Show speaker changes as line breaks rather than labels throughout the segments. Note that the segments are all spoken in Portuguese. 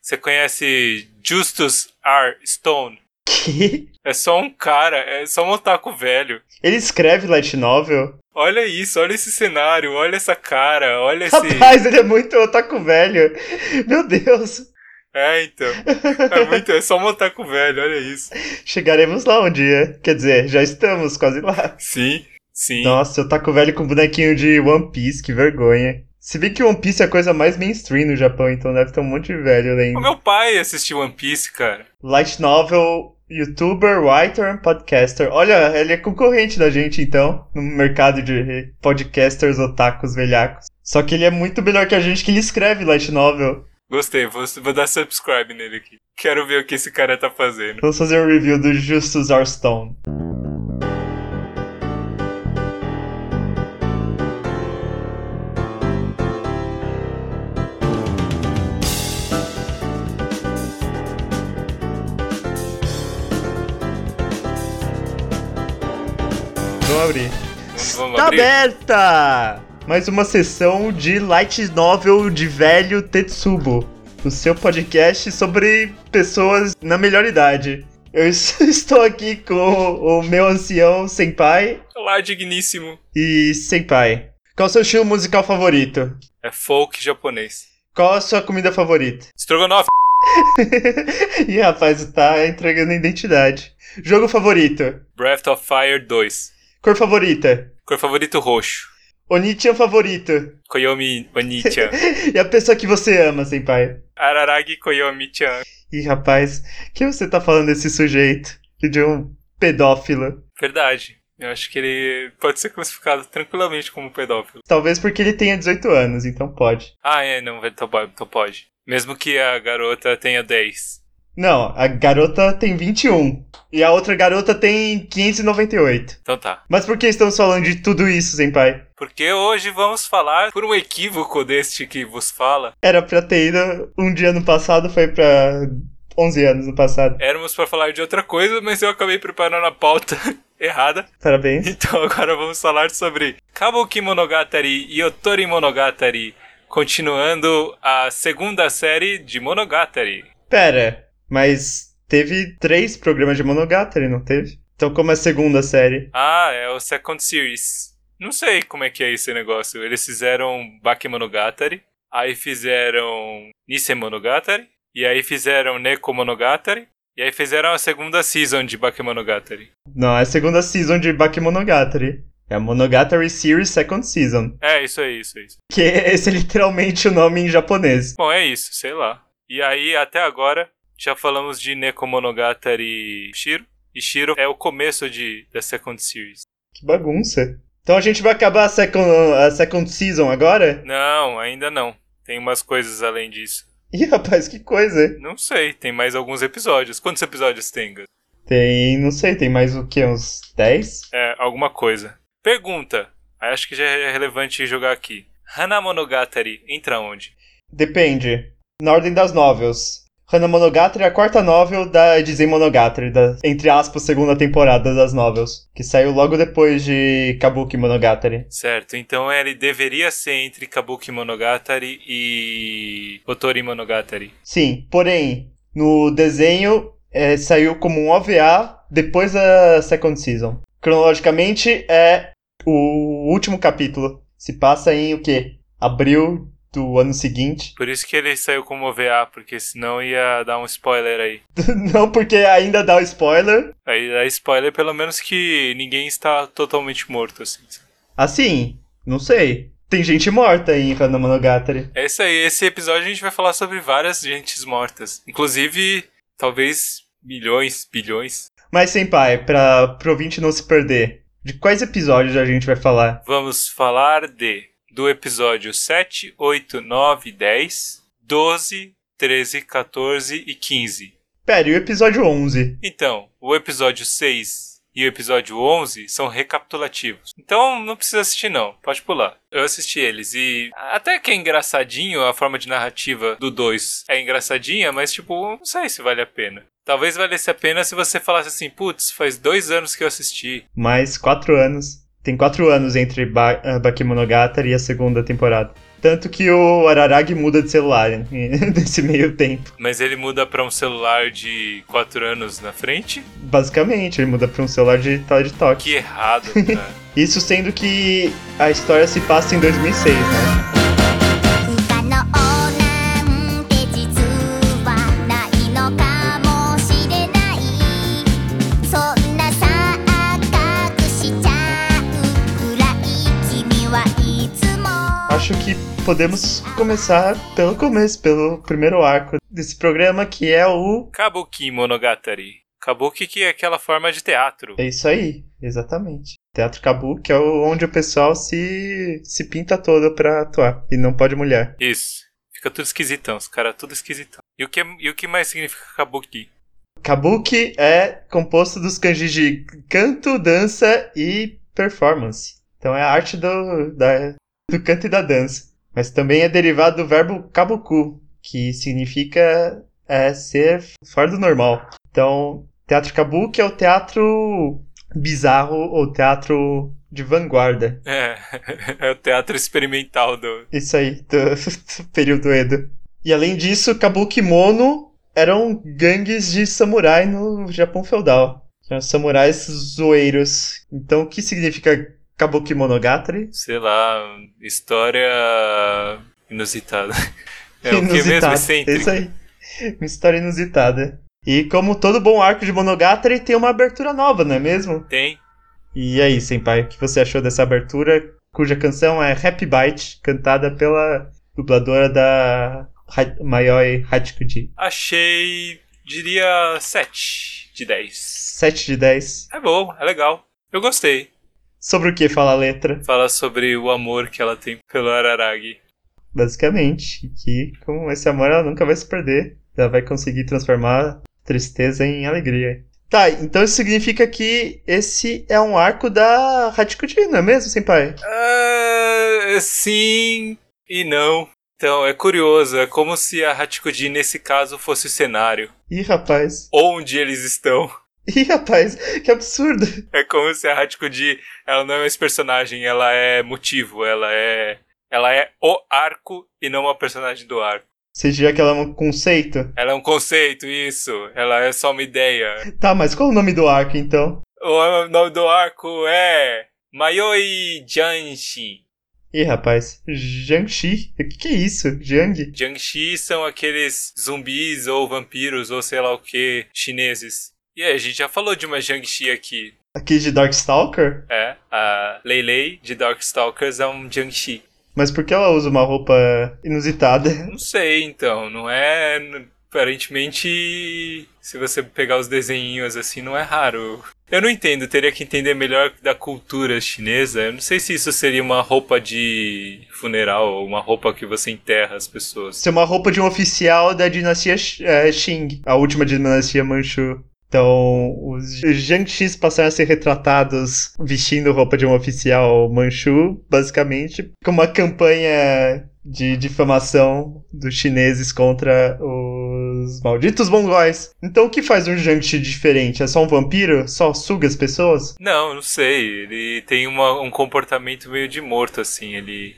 Você conhece Justus R. Stone?
Que?
É só um cara, é só um otaku velho.
Ele escreve light novel?
Olha isso, olha esse cenário, olha essa cara, olha esse.
Rapaz, ele é muito otaku velho. Meu Deus.
É, então. É, muito, é só um otaku velho, olha isso.
Chegaremos lá um dia. Quer dizer, já estamos quase lá.
Sim, sim.
Nossa, otaku velho com bonequinho de One Piece, que vergonha. Se bem que One Piece é a coisa mais mainstream no Japão, então deve ter um monte de velho
O
lendo.
meu pai assistiu One Piece, cara.
Light novel, youtuber, writer, podcaster. Olha, ele é concorrente da gente, então, no mercado de podcasters, otakus, velhacos. Só que ele é muito melhor que a gente que ele escreve light novel.
Gostei, vou, vou dar subscribe nele aqui. Quero ver o que esse cara tá fazendo.
Vamos fazer um review do Justus Arstone. Vamos abrir.
Vamos, vamos
Está
abrir?
Tá aberta! Mais uma sessão de light novel de velho Tetsubo, o seu podcast sobre pessoas na melhor idade. Eu es- estou aqui com o meu ancião senpai
Olá, digníssimo.
e senpai. Qual o seu estilo musical favorito?
É folk japonês.
Qual a sua comida favorita?
Strogonoff.
Ih, rapaz, tá entregando a identidade. Jogo favorito?
Breath of Fire 2.
Cor favorita?
Cor favorito roxo.
Onichan favorito?
Koyomi Oni-chan.
E a pessoa que você ama, senpai?
Araragi Koyomi-chan.
Ih, rapaz, que você tá falando desse sujeito? De um pedófilo.
Verdade. Eu acho que ele pode ser classificado tranquilamente como pedófilo.
Talvez porque ele tenha 18 anos, então pode.
Ah, é, não, velho, então pode- então pode. Mesmo que a garota tenha 10.
Não, a garota tem 21 e a outra garota tem 598.
Então tá.
Mas por que estamos falando de tudo isso, senpai?
Porque hoje vamos falar, por um equívoco deste que vos fala,
Era pra ter ido um dia no passado, foi pra 11 anos no passado.
éramos pra falar de outra coisa, mas eu acabei preparando a pauta errada.
Parabéns.
Então agora vamos falar sobre Kabuki Monogatari e Otori Monogatari, continuando a segunda série de Monogatari.
Pera, mas teve três programas de Monogatari, não teve? Então como é a segunda série?
Ah, é o Second Series. Não sei como é que é esse negócio. Eles fizeram Bakemonogatari, aí fizeram Nisemonogatari, e aí fizeram Nekomonogatari, e aí fizeram a segunda season de Bakemonogatari.
Não, é a segunda season de Bakemonogatari. É a Monogatari Series Second Season.
É, isso aí, isso aí. isso aí.
Que esse é literalmente o nome em japonês.
Bom, é isso, sei lá. E aí, até agora, já falamos de Nekomonogatari Shiro. E Shiro é o começo de, da Second Series.
Que bagunça. Então a gente vai acabar a second, a second season agora?
Não, ainda não. Tem umas coisas além disso.
Ih, rapaz, que coisa.
Não sei, tem mais alguns episódios. Quantos episódios tem, Gus?
Tem, não sei, tem mais o que? Uns 10?
É, alguma coisa. Pergunta. Acho que já é relevante jogar aqui. Hanamonogatari entra onde?
Depende. Na ordem das novels. Hana Monogatari é a quarta novel da Dizem Monogatari, da, entre aspas, segunda temporada das novels, que saiu logo depois de Kabuki Monogatari.
Certo, então ele deveria ser entre Kabuki Monogatari e Otori Monogatari.
Sim, porém, no desenho é, saiu como um OVA depois da Second Season. Cronologicamente é o último capítulo. Se passa em o quê? Abril do ano seguinte.
Por isso que ele saiu como OVA, porque senão ia dar um spoiler aí.
Não porque ainda dá o spoiler.
Aí dá spoiler pelo menos que ninguém está totalmente morto, assim.
Assim, não sei. Tem gente morta em Hana Monogatari.
É isso aí, esse episódio a gente vai falar sobre várias gentes mortas. Inclusive, talvez milhões, bilhões.
Mas, senpai, pra pro ouvinte não se perder, de quais episódios a gente vai falar?
Vamos falar de do episódio 7, 8, 9, 10, 12, 13, 14 e 15.
Pera, e o episódio 11?
Então, o episódio 6 e o episódio 11 são recapitulativos. Então, não precisa assistir não, pode pular. Eu assisti eles e até que é engraçadinho a forma de narrativa do 2. É engraçadinha, mas tipo, não sei se vale a pena. Talvez valesse a pena se você falasse assim, putz, faz dois anos que eu assisti.
Mais quatro anos. Tem quatro anos entre ba ah, Bakemonogatari e a segunda temporada. Tanto que o Araragi muda de celular né, nesse meio tempo.
Mas ele muda pra um celular de 4 anos na frente?
Basicamente, ele muda pra um celular de tela de toque.
Que errado, cara.
Isso sendo que a história se passa em 2006, né?
不可能なんて実はないのかもしれない」「そんな錯覚しちゃうくらい君はいつも」
Acho que podemos começar pelo começo, pelo primeiro arco desse programa, que é o.
Kabuki Monogatari. Kabuki que é aquela forma de teatro.
É isso aí, exatamente. Teatro Kabuki, que é o- onde o pessoal se, se pinta todo pra atuar. E não pode mulher.
Isso. Fica tudo esquisitão, os caras tudo esquisitão. E o, que, é, e o que mais significa Kabuki?
Kabuki é composto dos kanjis de canto, dança e performance. Então é a arte do, da- do canto e da dança. Mas também é derivado do verbo kabuku, que significa é, ser fora do normal. Então, teatro kabuki é o teatro bizarro ou teatro de vanguarda.
É, é o teatro experimental do.
Isso aí, do, do período Edo. E além disso, Kabuki Mono eram gangues de samurai no Japão feudal. Que eram samurais zoeiros. Então, o que significa Kabuki Monogatari?
Sei lá, história inusitada. É o que mesmo?
Inusitado.
Excêntrico.
Isso aí. Uma história inusitada. E como todo bom arco de Monogatari, tem uma abertura nova, não é mesmo?
Tem.
E aí, Senpai, o que você achou dessa abertura, cuja canção é Happy Bite, cantada pela dubladora da Ha- Mayoi Hachikuji?
Achei, diria, 7 de 10.
7 de 10.
É bom, é legal. Eu gostei.
Sobre o que fala a letra,
Fala sobre o amor que ela tem pelo Araragi.
basicamente. Que com esse amor ela nunca vai se perder. Ela vai conseguir transformar tristeza em alegria. Tá, então isso significa que esse é um arco da Hachikuji, não é mesmo, Senpai?
Ah, sim e não. Então, é curioso, é como se a Hachikuji nesse caso fosse o cenário.
Ih, rapaz.
Onde eles estão.
Ih, rapaz, que absurdo.
É como se a Hachikuji, ela não é mais personagem, ela é motivo, ela é... Ela é o arco e não uma personagem do arco.
Você diria que ela é um conceito?
Ela é um conceito, isso. Ela é só uma ideia.
Tá, mas qual o nome do arco, então?
O nome do arco é Mayoi Janshi.
Ih, rapaz, Jiangxi? O que que é isso? Jiang?
Jiangxi são aqueles zumbis ou vampiros ou sei lá o que chineses. E aí, a gente já falou de uma Jiangxi aqui.
Aqui de Darkstalker?
É, a Lei Lei de Darkstalkers é um Jiangxi.
Mas por que ela usa uma roupa inusitada?
Não sei, então. Não é... n- Aparentemente, se você pegar os desenhinhos assim, não é raro. Eu não entendo, teria que entender melhor da cultura chinesa. Eu não sei se isso seria uma roupa de funeral ou uma roupa que você enterra as pessoas.
Isso é uma roupa de um oficial da dinastia Sh- eh, Qing, a última dinastia Manchu. Então, os Jiangxis passaram a ser retratados vestindo roupa de um oficial Manchu, basicamente, com uma campanha de difamação dos chineses contra os malditos mongóis. Então, o que faz um Jiangxi diferente? É só um vampiro? Só suga as pessoas?
Não, não sei. Ele tem uma- um comportamento meio de morto, assim. Ele.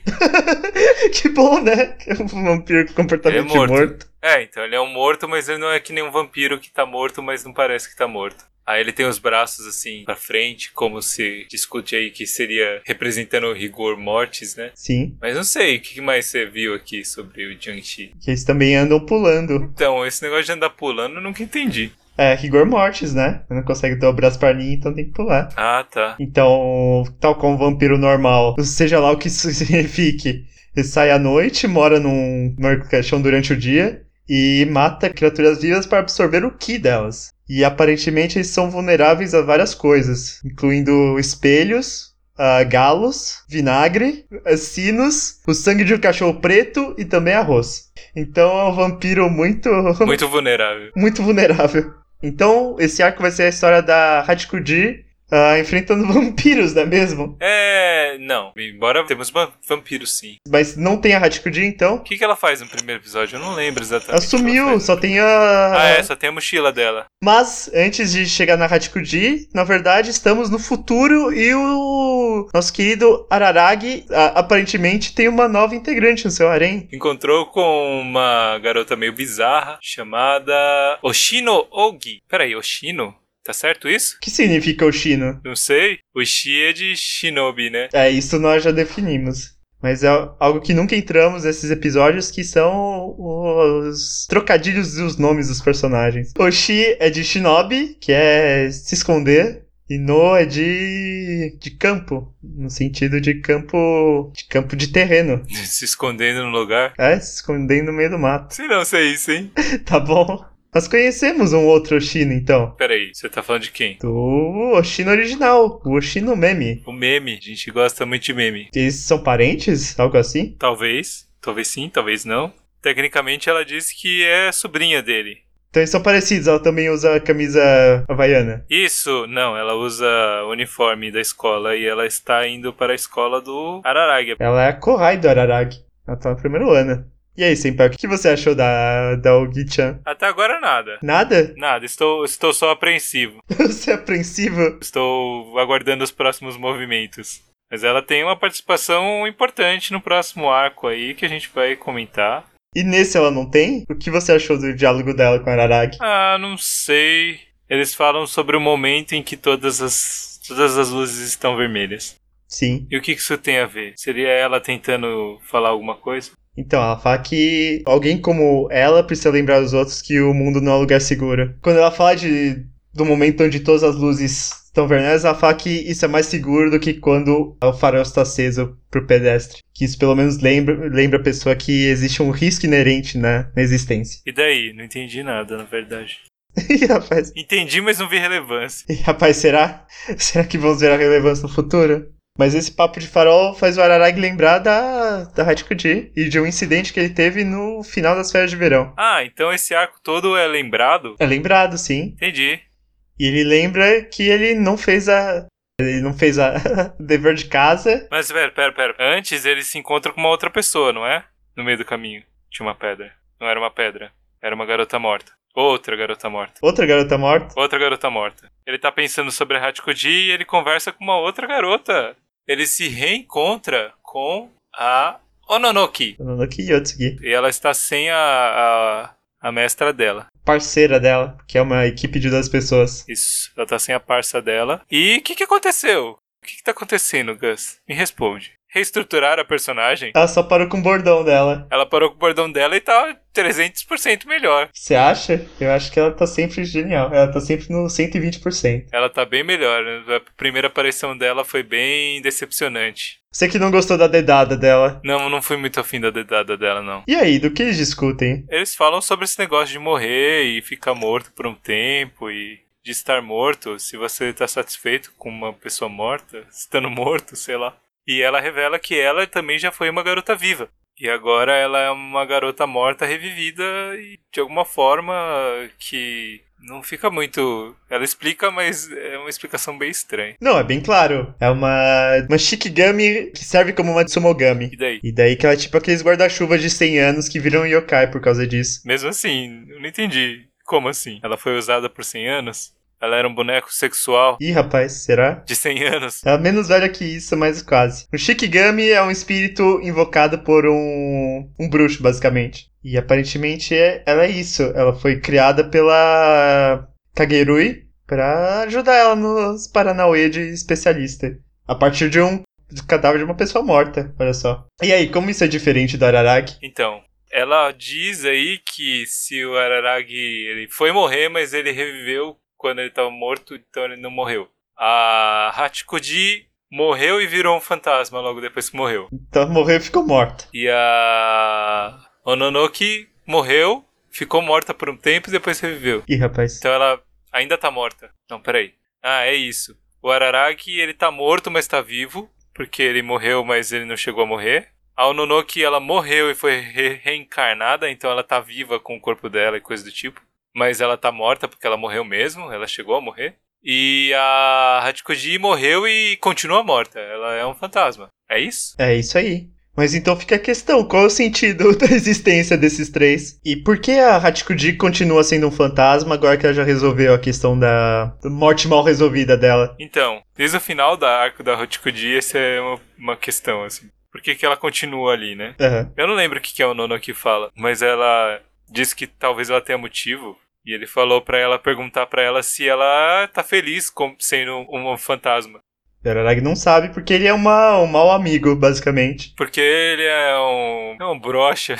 que bom, né? Um vampiro com comportamento
É morto.
morto.
É, então ele é um morto, mas ele não é que nem um vampiro que tá morto, mas não parece que tá morto. Aí ele tem os braços assim pra frente, como se discute aí que seria representando o rigor mortis, né?
Sim,
Mas não sei, o que mais você viu aqui sobre o Jiangxi?
que eles também andam pulando.
Então, esse negócio de andar pulando eu nunca entendi.
É, rigor mortis, né? Não consegue dobrar as perninhas, então tem que pular.
Ah, tá.
Então, tal como um vampiro normal, seja lá o que isso signifique, ele sai à noite, mora num numa caixão durante o dia e mata criaturas vivas para absorver o ki delas. E aparentemente eles são vulneráveis a várias coisas, incluindo espelhos, ah, galos, vinagre, ah, sinos, o sangue de um cachorro preto e também arroz. Então é um vampiro muito
Muito vulnerável.
muito vulnerável. Então, esse arco vai ser a história da Hachikuji, ah, enfrentando vampiros, não é mesmo?
É. Não. Embora temos va- vampiros, sim.
Mas não tem a Hachikuji, então.
O que, que ela faz no primeiro episódio? Eu não lembro exatamente.
Ela
o que ela
sumiu,
faz.
só tem a.
Ah, é, só tem a mochila dela.
Mas, antes de chegar na Hachikuji, na verdade, estamos no futuro e o nosso querido Araragi a- aparentemente tem uma nova integrante no seu harém.
Encontrou com uma garota meio bizarra chamada Oshino Ogi. Peraí, Oshino? Tá certo isso?
O que significa Oshino?
Não sei. Oshi é de Shinobi, né?
É, isso nós já definimos. Mas é algo que nunca entramos nesses episódios, que são os trocadilhos dos nomes dos personagens. Oshi é de shinobi, que é se esconder, e no é de de campo, no sentido de campo de campo de terreno,
Se escondendo no lugar.
é se esconder no meio do mato,
Se não sei isso, hein?
tá bom? Nós conhecemos um outro Oshino então,
Peraí, você tá falando de quem?
do Oshino original, o Oshino meme.
O meme. A gente gosta muito de meme.
Eles são parentes, algo assim?
Talvez. Talvez sim, talvez não. Tecnicamente ela disse que é sobrinha dele.
Então eles são parecidos, ela também usa a camisa havaiana.
Isso, não, ela usa o uniforme da escola e ela está indo para a escola do Araragi.
Ela é a Kohai do Araragi. Ela tá no primeiro ano. E aí, Senpai, o que você achou da, da Ogi-chan?
Até agora nada.
Nada?
Nada, estou, estou só apreensivo.
Você é apreensivo?
Estou aguardando os próximos movimentos. Mas ela tem uma participação importante no próximo arco aí que a gente vai comentar.
E nesse ela não tem? O que você achou do diálogo dela com a Araragi?
Ah, não sei. Eles falam sobre o momento em que todas as todas as luzes estão vermelhas.
Sim.
E o que que isso tem a ver? Seria ela tentando falar alguma coisa?
Então, ela fala que alguém como ela precisa lembrar os outros que o mundo não é um lugar seguro. Quando ela fala de, do momento onde todas as luzes estão vermelhas, ela fala que isso é mais seguro do que quando o farol está aceso pro pedestre. Que isso pelo menos lembra, lembra a pessoa que existe um risco inerente na, na existência.
E daí? Não entendi nada, na verdade.
E ela faz
Entendi, mas não vi relevância.
E, rapaz, será? Será que vamos ver a relevância no futuro? Mas esse papo de farol faz o Araragi lembrar da, da Hachikuji e de um incidente que ele teve no final das férias de verão.
Ah, então esse arco todo é lembrado?
É lembrado, sim.
Entendi.
E ele lembra que ele não fez a. Ele não fez a o dever de casa.
Mas pera, pera, pera. Antes eles se encontram com uma outra pessoa, não é? No meio do caminho. Tinha uma pedra. Não era uma pedra. Era uma garota morta. Outra garota morta.
Outra garota morta.
Outra garota morta. Ele tá pensando sobre a Hachikuji e ele conversa com uma outra garota. Ele se reencontra com a Ononoki.
o Nonoki Yotsugi.
E ela está sem a, a, a mestra dela.
Parceira dela, que é uma equipe de duas pessoas.
Isso, ela tá sem a parça dela. E o que, que aconteceu? O que, que tá acontecendo, Gus? Me responde. Reestruturar a personagem?
Ela só parou com o bordão dela.
Ela parou com o bordão dela e tá 300% melhor.
Você acha? Eu acho que ela tá sempre genial. Ela tá sempre no 120%.
Ela tá bem melhor. né? A primeira aparição dela foi bem decepcionante.
Você que não gostou da dedada dela.
Não, não fui muito afim da dedada dela, não.
E aí, do que eles discutem?
Eles falam sobre esse negócio de morrer e ficar morto por um tempo e de estar morto, se você tá satisfeito com uma pessoa morta, estando morto, sei lá. E ela revela que ela também já foi uma garota viva. E agora ela é uma garota morta revivida e de alguma forma que não fica muito. Ela explica, mas é uma explicação bem estranha.
Não, é bem claro. É uma, uma Shikigami que serve como uma Tsumogami.
E daí?
E daí que ela é tipo aqueles guarda-chuvas de 100 anos que viram yokai por causa disso.
Mesmo assim, eu não entendi. Como assim? Ela foi usada por 100 anos? Ela era um boneco sexual
Ih, rapaz, será?
de 100 anos?
Ela é menos velha que isso, mas quase. O Shikigami é um espírito invocado por um, um bruxo, basicamente. E aparentemente é- ela é isso. Ela foi criada pela Kagerui pra ajudar ela nos Paranauê de especialista. A partir de um do cadáver de uma pessoa morta, olha só. E aí, como isso é diferente do Araraki?
Então, ela diz aí que se o Araragi ele foi morrer, mas ele reviveu quando ele estava morto, então ele não morreu. A Hachikuji morreu e virou um fantasma logo depois que morreu.
Então morreu e ficou morta.
E a Ononoki morreu, ficou morta por um tempo e depois reviveu.
Ih, rapaz.
Então ela ainda tá morta. Não, peraí. Ah, é isso. O Araragi, ele tá morto, mas tá vivo. Porque ele morreu, mas ele não chegou a morrer. A Ononoki, ela morreu e foi re- reencarnada. Então ela tá viva com o corpo dela e coisa do tipo. Mas ela tá morta porque ela morreu mesmo. Ela chegou a morrer. E a Hachikoji morreu e continua morta. Ela é um fantasma. É isso?
É isso aí. Mas então fica a questão, qual é o sentido da existência desses três? E por que a Hachikuji continua sendo um fantasma agora que ela já resolveu a questão da da morte mal resolvida dela?
Então, desde o final da arco da Hachikoji, essa é uma, uma questão, assim. Por que, que ela continua ali, né?
Aham.
Eu não lembro o que, que é o Nono que fala, mas ela disse que talvez ela tenha motivo. E ele falou pra ela perguntar pra ela se ela tá feliz com, sendo um, um fantasma.
E Araragi não sabe porque ele é uma, um mau amigo, basicamente.
Porque ele é um. É um brocha.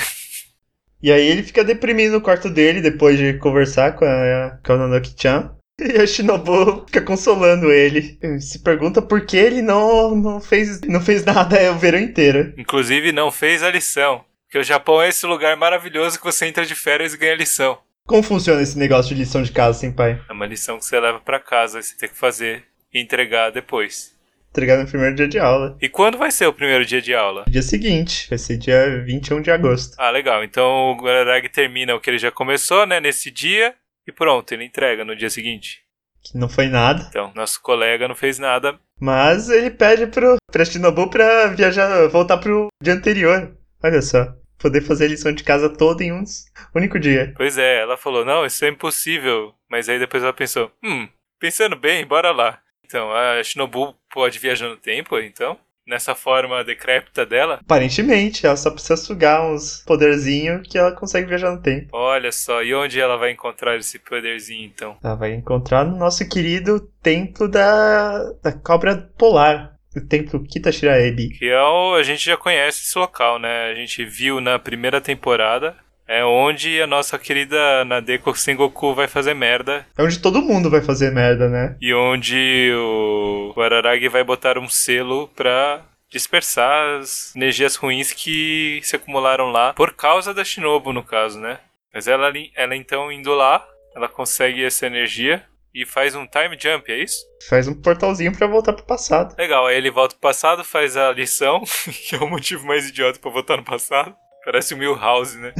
E aí ele fica deprimido no quarto dele depois de conversar com a, com a Nanoki-chan. E a Shinobu fica consolando ele. E Se pergunta por que ele não, não, fez, não fez nada é, o verão inteiro.
Inclusive, não fez a lição. Porque o Japão é esse lugar maravilhoso que você entra de férias e ganha lição.
Como funciona esse negócio de lição de casa, senpai?
É uma lição que você leva pra casa e você tem que fazer e entregar depois.
Entregado tá no primeiro dia de aula.
E quando vai ser o primeiro dia de aula?
Dia seguinte, vai ser dia 21 de agosto.
Ah, legal. Então o Guararag termina o que ele já começou, né? Nesse dia. E pronto, ele entrega no dia seguinte.
Que não foi nada.
Então, nosso colega não fez nada.
Mas ele pede pro, pra Shinobu pra viajar, voltar pro dia anterior. Olha só. Poder fazer a lição de casa toda em um s- único dia.
Pois é, ela falou, não, isso é impossível. Mas aí depois ela pensou, hum, pensando bem, bora lá. Então, a Shinobu pode viajar no tempo, então? Nessa forma decrépita dela?
Aparentemente, ela só precisa sugar uns poderzinhos que ela consegue viajar no tempo.
Olha só, e onde ela vai encontrar esse poderzinho, então?
Ela vai encontrar no nosso querido templo da, da cobra polar. O templo Kitashiraebi.
Que é o, a gente já conhece esse local, né? A gente viu na primeira temporada. É onde a nossa querida Nadeko Sengoku vai fazer merda.
É onde todo mundo vai fazer merda, né?
E onde o Araragi vai botar um selo pra dispersar as energias ruins que se acumularam lá. Por causa da Shinobu, no caso, né? Mas ela, ali- ela então indo lá, ela consegue essa energia e faz um time jump, é isso?
Faz um portalzinho pra voltar pro passado.
Legal, aí ele volta pro passado, faz a lição, que é o motivo mais idiota pra voltar no passado. Parece o Milhouse, né?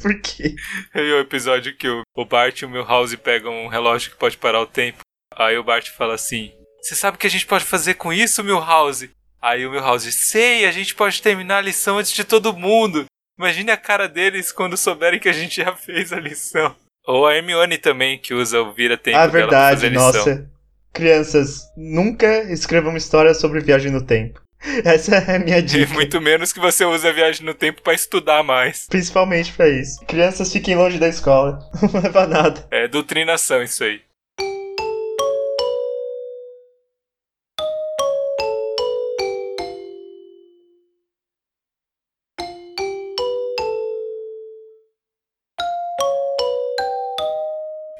Por quê?
E o episódio que o o Bart e o Milhouse pegam um relógio que pode parar o tempo. Aí o Bart fala assim: Você sabe o que a gente pode fazer com isso, Milhouse? Aí o Milhouse: Sei, a gente pode terminar a lição antes de todo mundo. Imagine a cara deles quando souberem que a gente já fez a lição. Ou a Hermione também, que usa o vira-tempo
Ah,
dela pra
verdade,
fazer lição.
nossa. Crianças, nunca escrevam uma história sobre viagem no tempo. Essa é a minha
E
dica.
muito menos que você usa a viagem no tempo pra estudar mais.
Principalmente pra isso. Crianças fiquem longe da escola. Não leva a nada.
É doutrinação isso aí.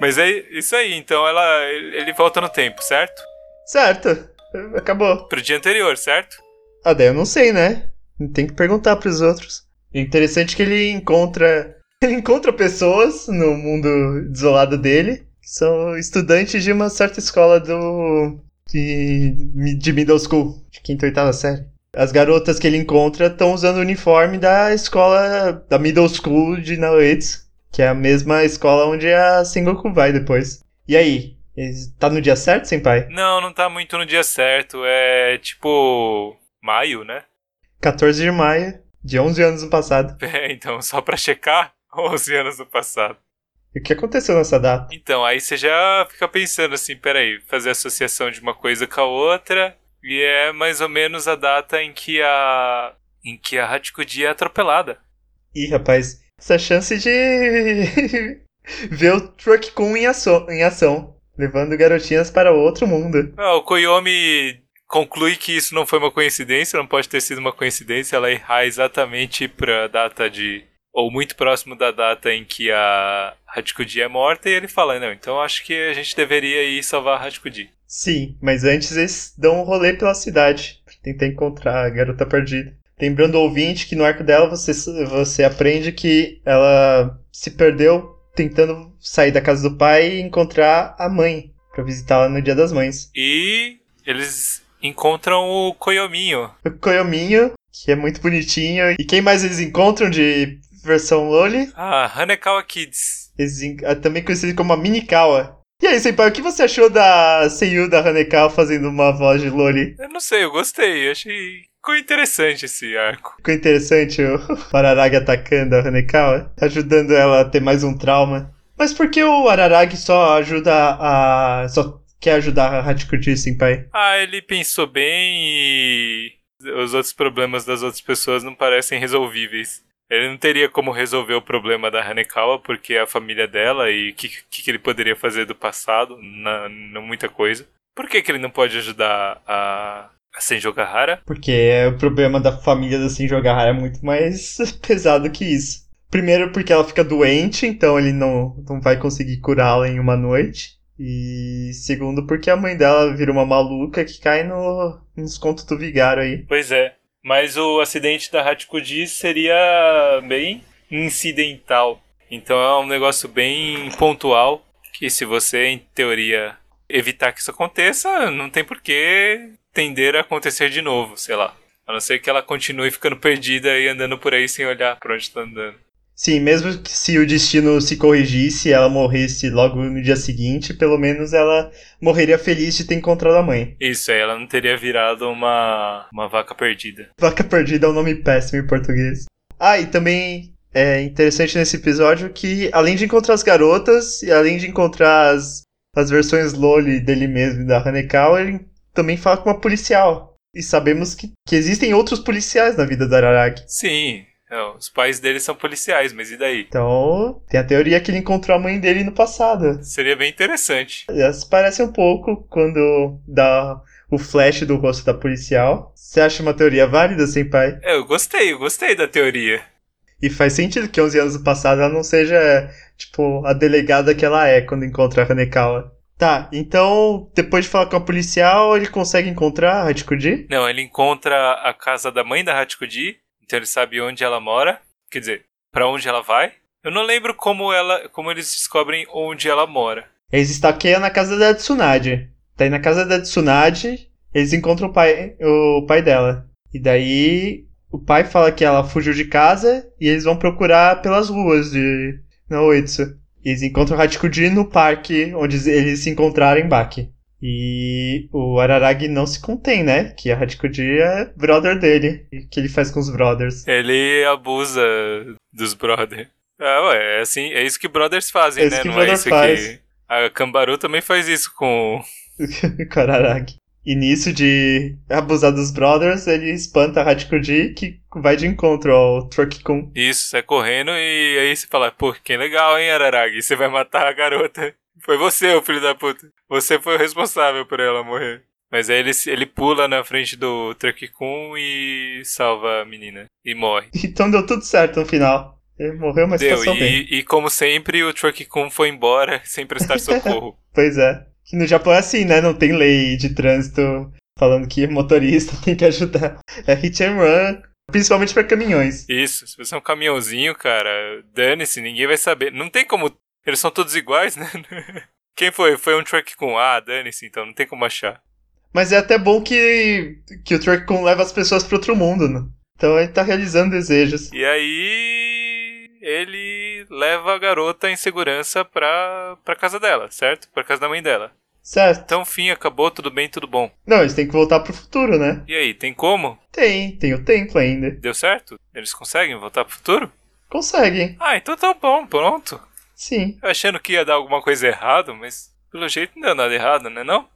Mas é isso aí, então ela ele ele volta no tempo, certo?
Certo. Acabou.
Pro dia anterior, certo?
Ah, daí eu não sei, né? Tem que perguntar pros outros. É interessante que ele encontra. Ele encontra pessoas no mundo desolado dele. Que são estudantes de uma certa escola do. De, de middle school. De quinta ou oitava série. As garotas que ele encontra estão usando o uniforme da escola. Da middle school de Naoetsu. Que é a mesma escola onde a Sengoku vai depois. E aí? Ele- Tá no dia certo, senpai?
Não, não tá muito no dia certo. É tipo maio, né?
14 de maio, de 11 anos no passado.
É, então só pra checar 11 anos no passado.
E o que aconteceu nessa data?
Então, aí você já fica pensando assim, peraí, fazer associação de uma coisa com a outra, e é mais ou menos a data em que a em que a Hachikuji é atropelada.
Ih, rapaz, essa chance de ver o Truck Kun em ação, em ação, levando garotinhas para outro mundo.
Ah, o Koyomi conclui que isso não foi uma coincidência, não pode ter sido uma coincidência, ela errar exatamente pra data de ou muito próximo da data em que a Hachikuji é morta, e ele fala, não, então acho que a gente deveria ir salvar a Hachikuji.
Sim, mas antes eles dão um rolê pela cidade, pra tentar encontrar a garota perdida. Lembrando o ouvinte que no arco dela você, você aprende que ela se perdeu tentando sair da casa do pai e encontrar a mãe, pra visitá-la no Dia das Mães.
E eles encontram o Koyominho,
o Koyominho, que é muito bonitinho. E quem mais eles encontram de versão Loli?
a Hanekawa Kids.
ah, Eles en- é também conhecido como a Minikawa. E aí, Senpai, o que você achou da Seiyu da Haneka fazendo uma voz de Loli?
Eu não sei, eu gostei. Eu achei. Ficou interessante esse arco.
Ficou interessante o Araragi atacando a Haneka, ó, ajudando ela a ter mais um trauma. Mas por que o Araragi só ajuda a. só quer ajudar a Hachikuji, Senpai?
Ah, ele pensou bem e. Os outros problemas das outras pessoas não parecem resolvíveis. Ele não teria como resolver o problema da Hanekawa, porque é a família dela e o que, que, que ele poderia fazer do passado, na, na muita coisa. Por que, que ele não pode ajudar a, a Senjogahara?
Porque é o problema da família da Senjogahara é muito mais pesado que isso. Primeiro porque ela fica doente, então ele não, não vai conseguir curá-la em uma noite. E segundo porque a mãe dela vira uma maluca que cai no, nos contos do vigário aí.
Pois é, mas o acidente da Hachikuji seria bem incidental. Então é um negócio bem pontual. Que se você, em teoria, evitar que isso aconteça, não tem por que tender a acontecer de novo, sei lá. A não ser que ela continue ficando perdida e andando por aí sem olhar pra onde tá andando.
Sim, mesmo que se o destino se corrigisse e ela morresse logo no dia seguinte, pelo menos ela morreria feliz de ter encontrado a mãe.
Isso aí, ela não teria virado uma, uma vaca perdida.
Vaca Perdida é um nome péssimo em português. Ah, e também é interessante nesse episódio que, além de encontrar as garotas e além de encontrar as, as versões Loli dele mesmo e da Hanekawa, ele também fala com uma policial. E sabemos que, que existem outros policiais na vida da Araraki.
Sim, é, os pais dele são policiais, mas e daí?
Então, tem a teoria que ele encontrou a mãe dele no passado.
Seria bem interessante.
Elas parecem um pouco quando dá o flash do rosto da policial. Você acha uma teoria válida, Senpai?
É, eu gostei, eu gostei da teoria.
E faz sentido que 11 anos do passado ela não seja, tipo, a delegada que ela é quando encontra a Hanekawa. Tá, então, depois de falar com a policial, ele consegue encontrar a Hachikuji?
Não, ele encontra a casa da mãe da Hachikuji, então ele sabe onde ela mora, quer dizer, pra onde ela vai. Eu não lembro como ela, como eles descobrem onde ela mora.
Eles estaqueiam na casa da Tsunade. Daí na casa da Tsunade, eles encontram o pai, o pai dela. E daí o pai fala que ela fugiu de casa e eles vão procurar pelas ruas de Naoitsu. E eles encontram o Hachikuji no parque onde eles se encontraram em Baki. E o Araragi não se contém, né? Que a Hachikuji é brother dele. E que ele faz com os brothers.
Ele abusa dos brothers. Ah, ué, é assim, é isso que brothers fazem,
É isso
né?
que
não é
brother
isso
faz.
que. A Cambaru também faz isso com.
com o Araragi. E nisso de abusar dos brothers, ele espanta a Hachikuji, que vai de encontro ao Turkikun.
Isso, sai correndo e aí você fala, pô, que legal, hein, Araragi? Você vai matar a garota. Foi você, ô filho da puta. Você foi o responsável por ela morrer. Mas aí ele, se- ele pula na frente do Truck-kun e salva a menina. E morre.
Então deu tudo certo no final. Ele morreu, mas
Deu,
passou bem.
e, e como sempre, o Truck-kun foi embora sem prestar socorro.
Pois é. Que no Japão é assim, né? Não tem lei de trânsito falando que motorista tem que ajudar. É hit and run, principalmente pra caminhões.
Isso, se você é um caminhãozinho, cara, dane-se, ninguém vai saber. Não tem como. Eles são todos iguais, né? Quem foi? Foi um Truck-kun. Ah, dane-se, então não tem como achar.
Mas é até bom que, que o Turkicum leva as pessoas pra outro mundo, né? Então ele tá realizando desejos.
E aí ele leva a garota em segurança pra, pra casa dela, certo? Pra casa da mãe dela.
Certo.
Então, fim, acabou, tudo bem, tudo bom.
Não, eles têm que voltar pro futuro, né?
E aí, tem como?
Tem, tem o templo ainda.
Deu certo? Eles conseguem voltar pro futuro?
Conseguem,
Ah, então tá bom, pronto.
sim.
Eu achando que ia dar alguma coisa errada, mas pelo jeito não deu nada errado, né não?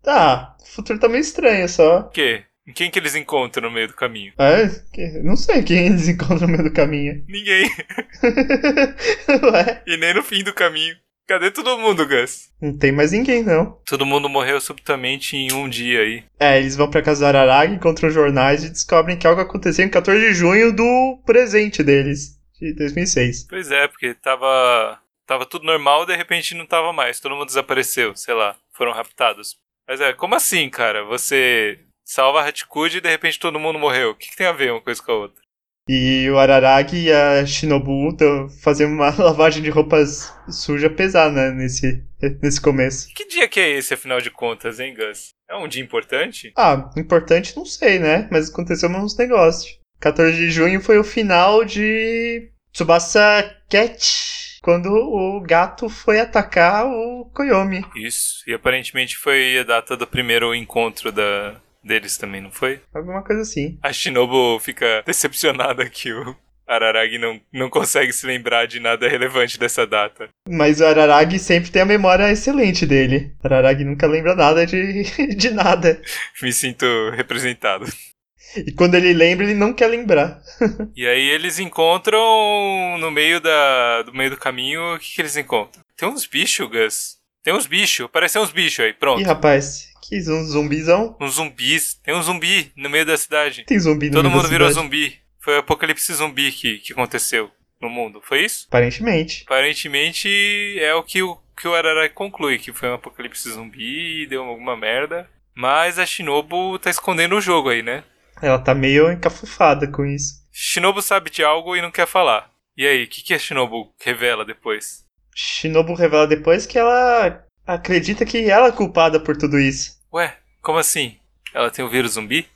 Tá, o futuro tá meio estranho só.
O quê? Quem que eles encontram no meio do caminho?
É, que- não sei quem eles encontram no meio do caminho.
Ninguém.
Ué,
E nem no fim do caminho. Cadê todo mundo, Gus?
não tem mais ninguém, não.
Todo mundo morreu subitamente em um dia aí.
É, eles vão pra casa do Araragi, encontram os jornais e descobrem que algo aconteceu em 14 de junho do presente deles, de 2006.
Pois é, porque tava. Tava tudo normal, de repente não tava mais. Todo mundo desapareceu, sei lá, foram raptados. Mas é, como assim, cara? Você salva a Hatikuji e de repente todo mundo morreu. O que, que tem a ver uma coisa com a outra?
E o Araragi e a Shinobu estão fazendo uma lavagem de roupas suja pesada né, nesse, nesse começo.
Que dia que é esse, afinal de contas, hein, Gus? É um dia importante?
Ah, importante não sei, né? Mas aconteceu uns negócios. 14 de junho foi o final de Tsubasa Cat quando o gato foi atacar o Koyomi.
Isso. E aparentemente foi a data do primeiro encontro da, deles também, não foi?
Alguma coisa assim.
A Shinobu fica decepcionada que o Araragi não, não consegue se lembrar de nada relevante dessa data.
Mas o Araragi sempre tem a memória excelente dele. O Araragi nunca lembra nada de, de nada.
Me sinto representado.
E quando ele lembra, ele não quer lembrar.
E aí eles encontram no meio da do meio do caminho, o que, que eles encontram? Tem uns bichos, Gus. Tem uns bichos, apareceu uns bichos aí, pronto.
Ih, rapaz, que zum- zumbizão.
Uns zumbis. Tem um zumbi no meio da cidade.
Tem zumbi no
Todo
meio da
mundo virou
cidade.
zumbi. Foi o apocalipse zumbi que, que aconteceu no mundo. Foi isso?
Aparentemente.
Aparentemente é o que o, que o Araragi conclui, que foi um apocalipse zumbi, deu alguma merda. Mas a Shinobu tá escondendo o jogo aí, né?
Ela tá meio encafufada com isso.
Shinobu sabe de algo e não quer falar. E aí, o que, que a Shinobu revela depois?
Shinobu revela depois que ela acredita que ela é culpada por tudo isso.
Ué, como assim? Ela tem o vírus zumbi?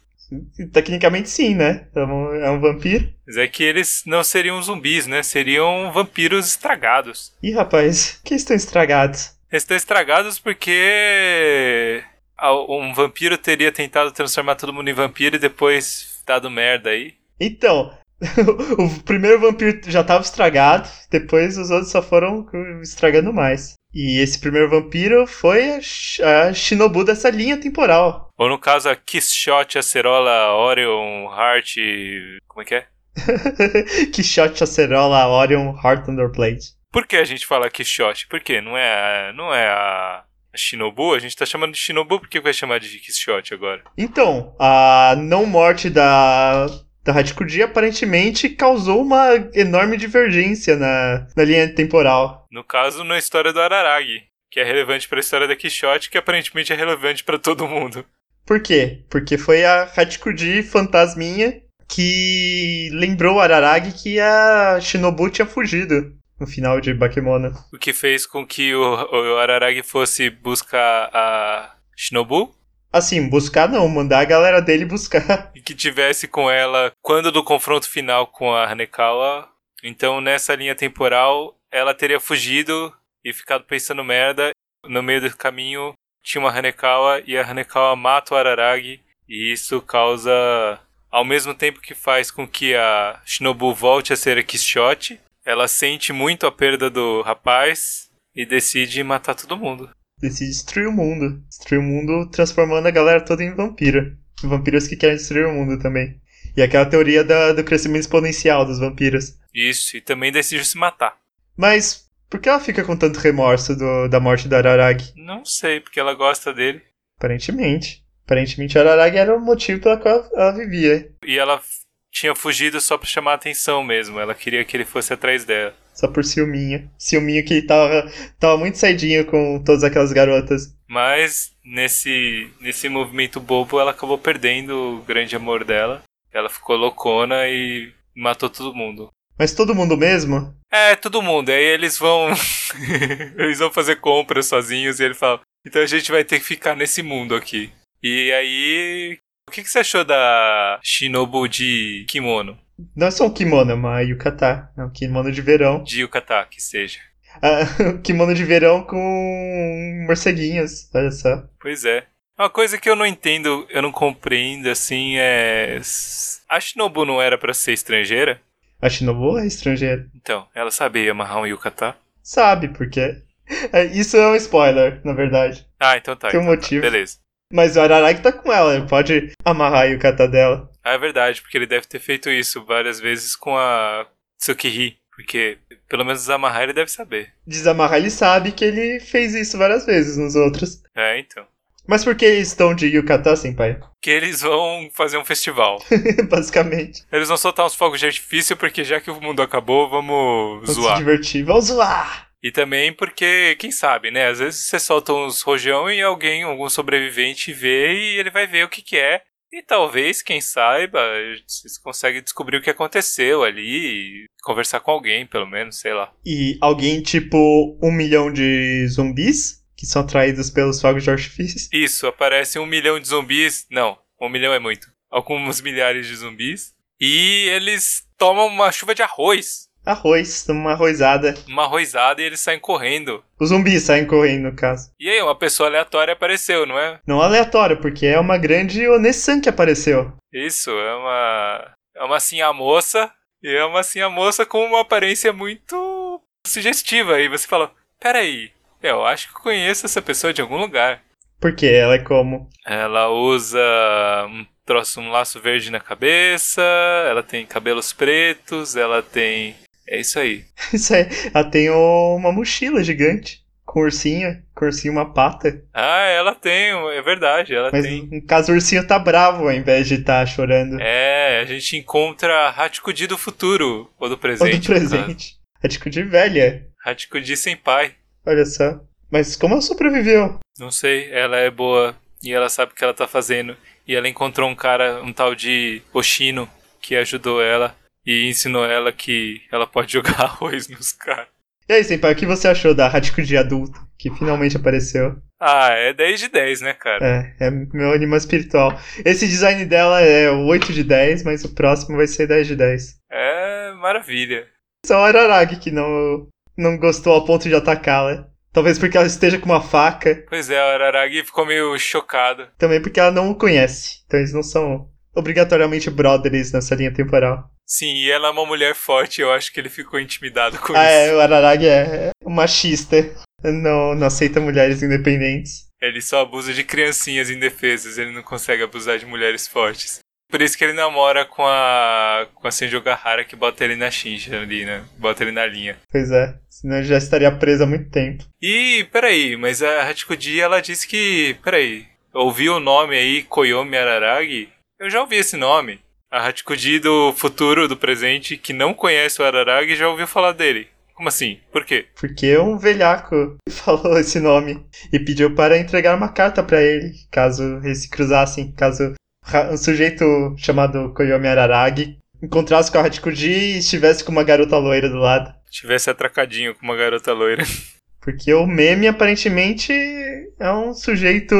E, Tecnicamente sim, né? É um, é um vampiro.
Mas é que eles não seriam zumbis, né? Seriam vampiros estragados.
Ih, rapaz, que estão estragados.
Eles estão estragados porque a- um vampiro teria tentado transformar todo mundo em vampiro e depois dado merda aí.
Então, o primeiro vampiro já tava estragado, depois os outros só foram estragando mais. E esse primeiro vampiro foi a Sh- a Shinobu dessa linha temporal.
Ou no caso, a Kiss Shot, Acerola, Orion, Heart. Como é que é?
que shot acerola Orion Heart Underplate.
Por que a gente fala Kiss Shot? Por quê? Não é a, não é a Shinobu? A gente tá chamando de Shinobu, por que vai chamar de Kiss Shot agora?
Então, a não morte da da Hatikuji aparentemente causou uma enorme divergência na, na linha temporal.
No caso, na história do Araragi, que é relevante pra história da Kiss Shot, que aparentemente é relevante pra todo mundo.
Por quê? Porque foi a Hatikuji fantasminha que lembrou Araragi que a Shinobu tinha fugido no final de Bakemono.
O que fez com que o, o Araragi fosse buscar a Shinobu
Assim, buscar não, mandar a galera dele buscar.
e que tivesse com ela quando do confronto final com a Hanekawa. Então, nessa linha temporal, ela teria fugido e ficado pensando merda. No meio do caminho, tinha uma Hanekawa e a Hanekawa mata o Araragi. E isso causa. Ao mesmo tempo que faz com que a Shinobu volte a ser a Kishot, ela sente muito a perda do rapaz e decide matar todo mundo.
decide destruir o mundo. Destruir o mundo transformando a galera toda em vampiro. Vampiros que querem destruir o mundo também. E aquela teoria da- do crescimento exponencial dos vampiros.
Isso, e também decide se matar.
Mas por que ela fica com tanto remorso do- da morte do Araragi?
Não sei, porque ela gosta dele.
Aparentemente. Aparentemente Araragi era o motivo pelo qual ela vivia.
E ela f- tinha fugido só pra chamar a atenção mesmo. Ela queria que ele fosse atrás dela.
Só por ciúminho. Ciúminho que tava, tava muito saidinho com todas aquelas garotas.
Mas nesse, nesse movimento bobo, ela acabou perdendo o grande amor dela. Ela ficou loucona e matou todo mundo.
Mas todo mundo mesmo?
É, todo mundo. Aí eles vão. eles vão fazer compras sozinhos e ele fala: Então a gente vai ter que ficar nesse mundo aqui. E aí. O que, que você achou da Shinobu de kimono?
Não é só um kimono, é uma yukata. É um kimono de verão.
De yukata, que seja.
Ah, kimono de verão com morceguinhos, olha só.
Pois é. Uma coisa que eu não entendo, eu não compreendo, assim, é. A Shinobu não era pra ser estrangeira?
A Shinobu é estrangeira.
Então, ela sabia amarrar um yukata.
Sabe por quê? É, Isso é um spoiler, na verdade.
Ah, então tá.
Tem um
então tá,
motivo.
Beleza.
Mas o Araraki tá com ela, ele pode amarrar a yukata dela.
Ah, é verdade, porque ele deve ter feito isso várias vezes com a TsukihI. Porque, pelo menos amarrar ele deve saber.
Desamarrar ele sabe que ele fez isso várias vezes nos outros.
É, então.
Mas por que eles estão de yukata, senpai?
Que eles vão fazer um festival.
Basicamente.
eles vão soltar uns fogos de artifício, porque já que o mundo acabou, vamos
Vamos se
zoar.
divertir. Vamos zoar!
E também porque, quem sabe, né? Às vezes você solta uns rojão e alguém, algum sobrevivente vê e ele vai ver o que que é. E talvez, quem saiba, vocês conseguem descobrir o que aconteceu ali e conversar com alguém, pelo menos, sei lá.
E alguém tipo um milhão de zumbis que são atraídos pelos fogos de artifício.
Isso, aparece um milhão de zumbis. Não, um milhão é muito. Alguns milhares de zumbis. E eles tomam uma chuva de arroz.
arroz, uma arrozada.
Uma arrozada e eles saem correndo.
Os zumbis saem correndo, no caso.
E aí, uma pessoa aleatória apareceu, não é?
Não aleatório, porque é uma grande Onessan que apareceu.
Isso, é uma. É uma assim a moça. E é uma assim a moça com uma aparência muito sugestiva. E você fala: peraí, eu acho que eu conheço essa pessoa de algum lugar.
Porque ela é como?
Ela usa um troço, um laço verde na cabeça, ela tem cabelos pretos, ela tem. É isso aí.
Isso aí. Ela tem o- uma mochila gigante. Com ursinho. Com ursinho uma pata.
Ah, ela tem, é verdade, ela
Mas
tem.
no caso o ursinho tá bravo ao invés de tá chorando.
É, a gente encontra Hatikudi do futuro, ou do
Ou
presente.
do presente. É tipo de velha.
Hatikudi sem pai.
Olha só. Mas como ela sobreviveu?
Não sei, ela é boa e ela sabe o que ela tá fazendo. E ela encontrou um cara, um tal de Oshino, que ajudou ela e ensinou ela que ela pode jogar arroz nos caras.
E aí, Senpai, o que você achou da Rádico de adulto? Que finalmente apareceu.
Ah, é 10 de 10, né, cara?
É, é meu anima espiritual. Esse design dela é 8 de 10, mas o próximo vai ser 10 de 10.
É, maravilha.
Só o Araragi que não, não gostou ao ponto de atacá-la. Talvez porque ela esteja com uma faca.
Pois é, o Araragi ficou meio chocado.
Também porque ela não o conhece. Então eles não são obrigatoriamente brothers nessa linha temporal.
Sim, e ela é uma mulher forte, eu acho que ele ficou intimidado com
Ah,
isso.
é, o Araragi é um machista. Não, não aceita mulheres independentes.
Ele só abusa de criancinhas indefesas, ele não consegue abusar de mulheres fortes. Por isso que ele namora com a. com a Senju Gahara que bota ele na chincha ali, né? Bota ele na linha.
Pois é, senão ele já estaria preso há muito tempo.
E peraí, mas a Hachikuji ela disse que. Peraí, ouvi o nome aí, Koyomi Araragi? Eu já ouvi esse nome. A Hachikuji do futuro, do presente, que não conhece o Araragi, já ouviu falar dele. Como assim? Por quê?
Porque um velhaco falou esse nome e pediu para entregar uma carta para ele, caso eles se cruzassem, caso ra- um sujeito chamado Koyomi Araragi encontrasse com a Hachikuji e estivesse com uma garota loira do lado.
Tivesse atracadinho com uma garota loira.
Porque o meme aparentemente é um sujeito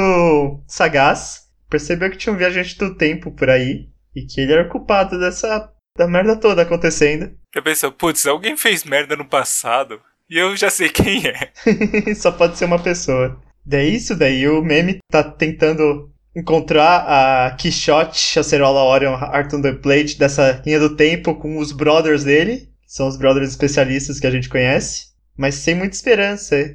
sagaz, percebeu que tinha um viajante do tempo por aí e que ele era o culpado dessa da merda toda acontecendo.
Já pensou, putz, alguém fez merda no passado e eu já sei quem é.
Só pode ser uma pessoa. Daí isso daí, o meme tá tentando encontrar a Quixote, Chacerola Orion, Arthur the Plate dessa linha do tempo com os brothers dele, que são os brothers especialistas que a gente conhece, mas sem muita esperança. E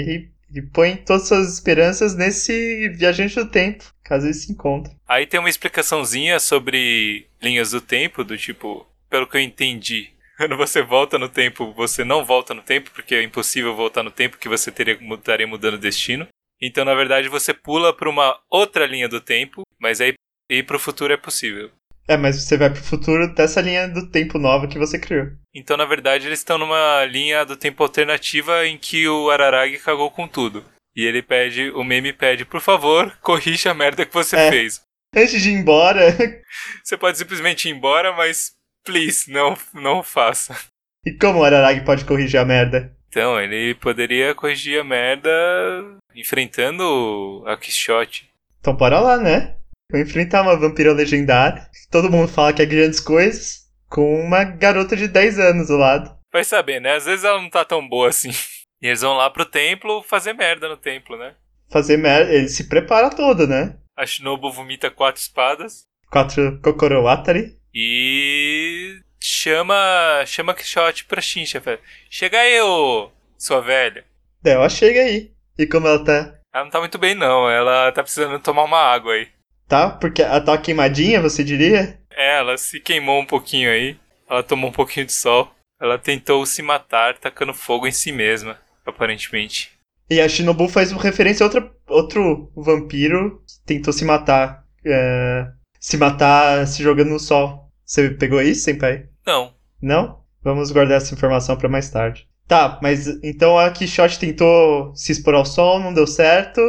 ele, ele põe todas suas esperanças nesse viajante do tempo, caso ele se encontre.
Aí tem uma explicaçãozinha sobre linhas do tempo, do tipo, pelo que eu entendi, quando você volta no tempo, você não volta no tempo, porque é impossível voltar no tempo, que você teria, estaria mudando o destino. Então, na verdade, você pula para uma outra linha do tempo, mas aí ir para o futuro é possível.
É, mas você vai pro futuro dessa linha do tempo nova que você criou.
Então, na verdade, eles estão numa linha do tempo alternativa em que o Araragi cagou com tudo. E ele pede, o meme pede, por favor, corrija a merda que você
É.
fez.
Antes de ir embora,
Você pode simplesmente ir embora, mas please, não, não faça.
e como o Araragi pode corrigir a merda?
Então, ele poderia corrigir a merda enfrentando a Quixote.
Então bora lá, né? Vou enfrentar uma vampira legendária, que todo mundo fala que é grandes coisas, com uma garota de 10 anos do lado.
Vai saber, né? Às vezes ela não tá tão boa assim. E eles vão lá pro templo fazer merda no templo, né?
Fazer merda, ele se prepara todo, né?
A Shinobu vomita quatro espadas
Quatro Kokoro Atari.
e chama chama a Quixote pra Shincha. fala, Chega aí, ô, sua velha.
Daí ela chega aí. E como ela tá?
Ela não tá muito bem, não. Ela tá precisando tomar uma água aí.
Tá? Porque ela tá queimadinha, você diria?
É, Ela se queimou um pouquinho aí. Ela tomou um pouquinho de sol. Ela tentou se matar tacando fogo em si mesma, aparentemente.
E a Shinobu faz uma referência a outra, outro vampiro que tentou se matar. é, se matar se jogando no sol. Você pegou isso, Senpai?
Não.
Não? Vamos guardar essa informação pra mais tarde. Tá, mas então a Quixote tentou se expor ao sol, não deu certo.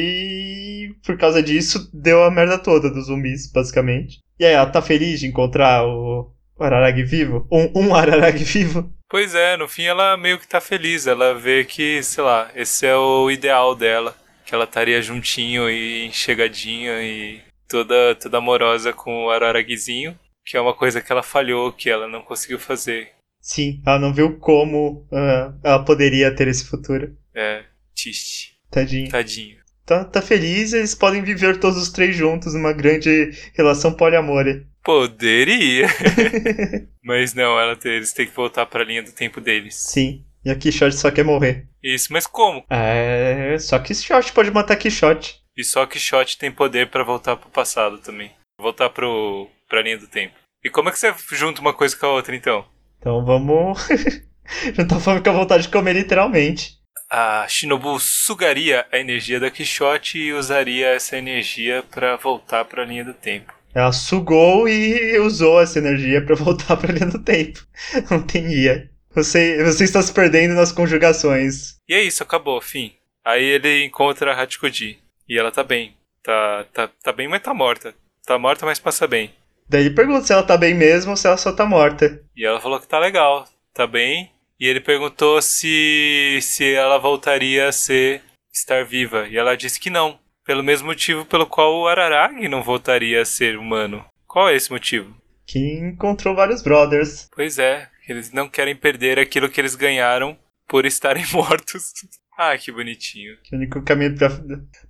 E por causa disso, deu a merda toda dos zumbis, basicamente. E aí, ela tá feliz de encontrar o o Araragi vivo? Um, um Araragi vivo?
Pois é, no fim ela meio que tá feliz. Ela vê que, sei lá, esse é o ideal dela. Que ela estaria juntinho e enxergadinha e toda, toda amorosa com o Araraguizinho. Que é uma coisa que ela falhou, que ela não conseguiu fazer.
Sim, ela não viu como ah, ela poderia ter esse futuro.
É, triste.
Tadinho.
Tadinho.
Tá, tá feliz, eles podem viver todos os três juntos numa grande relação poliamore.
Poderia. mas não, ela tem- eles têm que voltar pra linha do tempo deles.
Sim. E a Quixote só quer morrer.
Isso, mas como?
É, só que Quixote pode matar Quixote.
E só que Shot tem poder pra voltar pro passado também. Voltar pro pra linha do tempo. E como é que você junta uma coisa com a outra então?
Então vamos. Já tá falando com a vontade de comer, literalmente.
A Shinobu sugaria a energia da Quixote e usaria essa energia pra voltar pra linha do tempo.
Ela sugou e usou essa energia pra voltar pra linha do tempo. Não tem guia. Você, você está se perdendo nas conjugações.
E é isso, acabou, fim. Aí ele encontra a Hachikoji. E ela tá bem. Tá, tá, tá bem, mas tá morta. Tá morta, mas passa bem.
Daí ele pergunta se ela tá bem mesmo ou se ela só tá morta.
E ela falou que tá legal, tá bem. E ele perguntou se se ela voltaria a ser estar viva. E ela disse que não. Pelo mesmo motivo pelo qual o Araragi não voltaria a ser humano. Qual é esse motivo?
Que encontrou vários brothers.
Pois é, eles não querem perder aquilo que eles ganharam por estarem mortos. ah, que bonitinho.
Que o único caminho pra,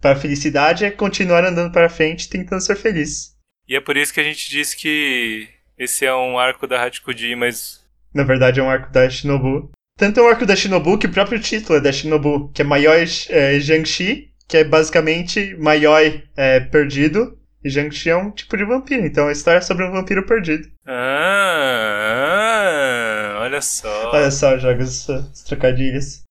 pra felicidade é continuar andando pra frente tentando ser feliz.
E é por isso que a gente disse que esse é um arco da Hachikuji, mas
Na verdade é um arco da Shinobu. Tanto é um arco da Shinobu que o próprio título é da Shinobu, que é Mayoi é, Jiangxi, que é basicamente Mayoi é, perdido. E Jiangxi é um tipo de vampiro, então é a história é sobre um vampiro perdido.
Ah, ah, olha só.
Olha só, joga os, os trocadilhos.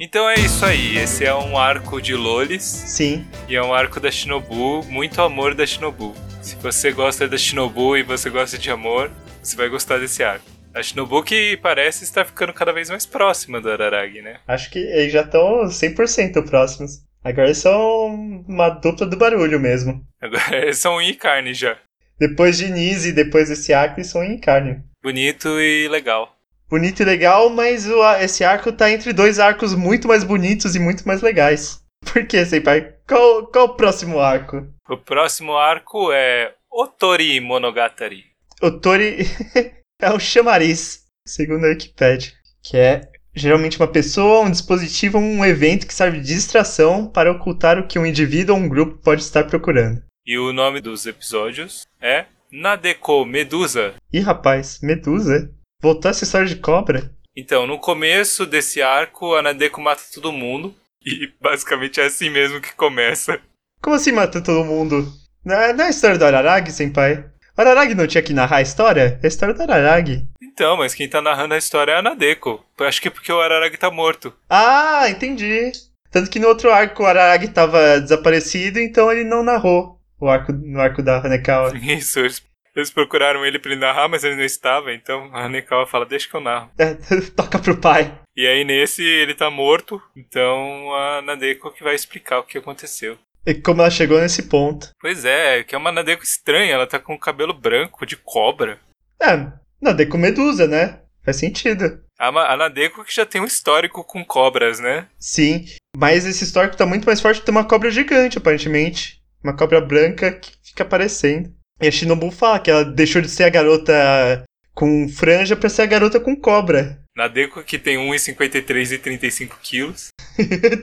Então é isso aí. Esse é um arco de lolis
Sim,
e é um arco da Shinobu, muito amor da Shinobu. Se você gosta da Shinobu e você gosta de amor, você vai gostar desse arco. A Shinobu que parece estar ficando cada vez mais próxima do Araragi, né?
acho que eles já estão 100% próximos. Agora eles são uma dupla do barulho mesmo.
Agora eles são um carne já.
Depois de Nise, depois desse arco, eles são um em carne.
Bonito e legal.
Bonito e legal, mas o, a- esse arco tá entre dois arcos muito mais bonitos e muito mais legais. Por que, Senpai? Qual, qual o próximo arco?
O próximo arco é Otori Monogatari.
O Tori é o chamariz, segundo a Wikipedia. Que é geralmente uma pessoa, um dispositivo ou um evento que serve de distração para ocultar o que um indivíduo ou um grupo pode estar procurando.
E o nome dos episódios é Nadeko Medusa.
Ih, rapaz, Medusa? Voltou essa história de cobra?
Então, no começo desse arco, a Nadeko mata todo mundo. E basicamente é assim mesmo que começa.
Como assim mata todo mundo? Não é, não é a história do Araragi, Senpai? O Araragi não tinha que narrar a história? É a história do Araragi.
Então, mas quem tá narrando a história é a Nadeko. Acho que é porque o Araragi tá morto.
Ah, entendi. Tanto que no outro arco o Araragi tava desaparecido, então ele não narrou o arco, no arco da Hanekawa.
Isso, eles, eles procuraram ele pra ele narrar, mas ele não estava. Então a Hanekawa fala, deixa que eu narro.
É, Toca pro pai.
E aí nesse, ele tá morto. Então a Nadeko que vai explicar o que aconteceu.
E como ela chegou nesse ponto.
Pois é, que é uma Nadeko estranha. Ela tá com o cabelo branco, de cobra.
É, nadei com Medusa, né? Faz sentido.
A, Ma- a Nadeko que já tem um histórico com cobras, né?
Sim, mas esse histórico tá muito mais forte que tem uma cobra gigante, aparentemente. Uma cobra branca que fica aparecendo. E a Shinobu fala que ela deixou de ser a garota com franja pra ser a garota com cobra.
Nadeko que tem 1,53 e 35 quilos.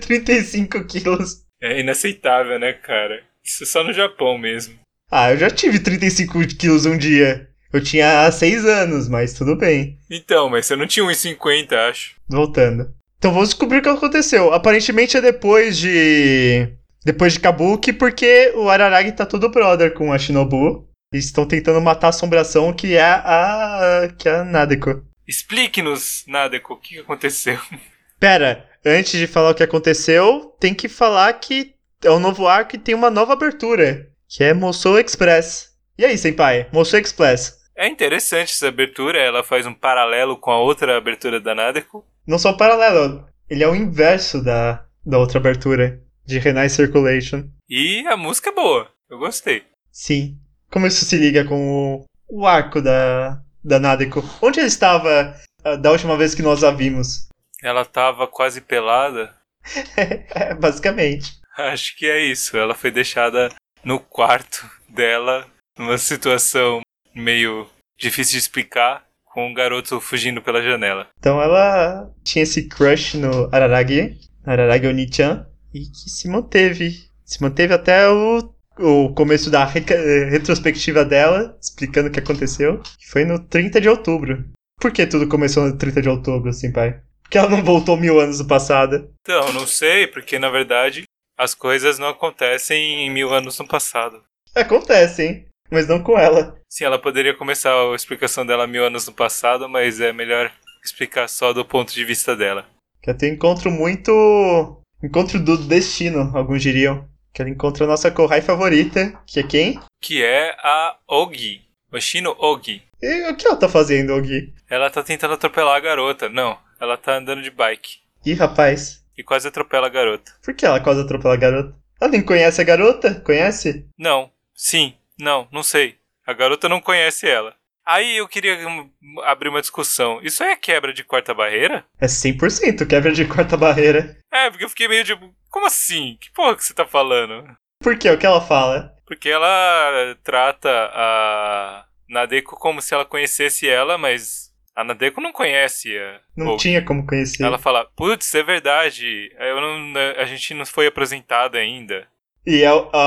35 quilos.
É inaceitável, né, cara? Isso só no Japão mesmo.
Ah, eu já tive 35 quilos um dia. Eu tinha há 6 anos, mas tudo bem.
Então, mas você não tinha 1,50, acho.
Voltando. Então vamos descobrir o que aconteceu. Aparentemente é depois de. Depois de Kabuki, porque o Araragi tá todo brother com a Shinobu. Eles estão tentando matar a assombração que é a. que é a Nadeko.
Explique-nos, Nadeko, o que aconteceu.
Pera, antes de falar o que aconteceu, tem que falar que é um novo arco e tem uma nova abertura. Que é Mosou Express. E aí, Senpai? Mosou Express.
É interessante essa abertura, ela faz um paralelo com a outra abertura da Nadeko.
Não só o paralelo, ele é o inverso da, da outra abertura. De Renai Circulation.
E a música é boa, eu gostei.
Sim. Como isso se liga com o, o arco da, da Nadeko? Onde ela estava ah, da última vez que nós a vimos?
Ela tava quase pelada.
É, basicamente.
Acho que é isso. Ela foi deixada no quarto dela, numa situação meio difícil de explicar, com um garoto fugindo pela janela.
Então ela tinha esse crush no Araragi, Araragi Onichan, e que se manteve. Se manteve até o, o começo da reca- eh, retrospectiva dela, explicando o que aconteceu, que foi no 30 de outubro. Por que tudo começou no 30 de outubro, assim, pai? Porque ela não voltou mil anos do passado.
Então, não sei, porque na verdade as coisas não acontecem em mil anos no passado.
Acontece, hein? Mas não com ela.
Sim, ela poderia começar a explicação dela mil anos no passado, mas é melhor explicar só do ponto de vista dela.
Que ela tem um encontro muito. um Encontro do destino, alguns diriam. Que ela encontra a nossa Kohai favorita, que é quem?
Que é a Ogi. Oshino Ogi.
E o que ela tá fazendo, Ogi?
Ela tá tentando atropelar a garota. Não, ela tá andando de bike.
Ih, rapaz,
E quase atropela a garota.
por que ela quase atropela a garota? Ela nem conhece a garota? Conhece?
Não, sim, não, não sei. A garota não conhece ela. Aí eu queria hum, abrir uma discussão. Isso aí é quebra de quarta barreira?
É 100% quebra de quarta barreira.
É, porque eu fiquei meio tipo, como assim? Que porra que você tá falando?
Por quê? O que ela fala?
Porque ela trata a Nadeko como se ela conhecesse ela, mas a Nadeko não conhece a
Não
Ou-
tinha como conhecer.
Ela fala, putz, é verdade, eu não- a gente não foi apresentada ainda.
E a, a,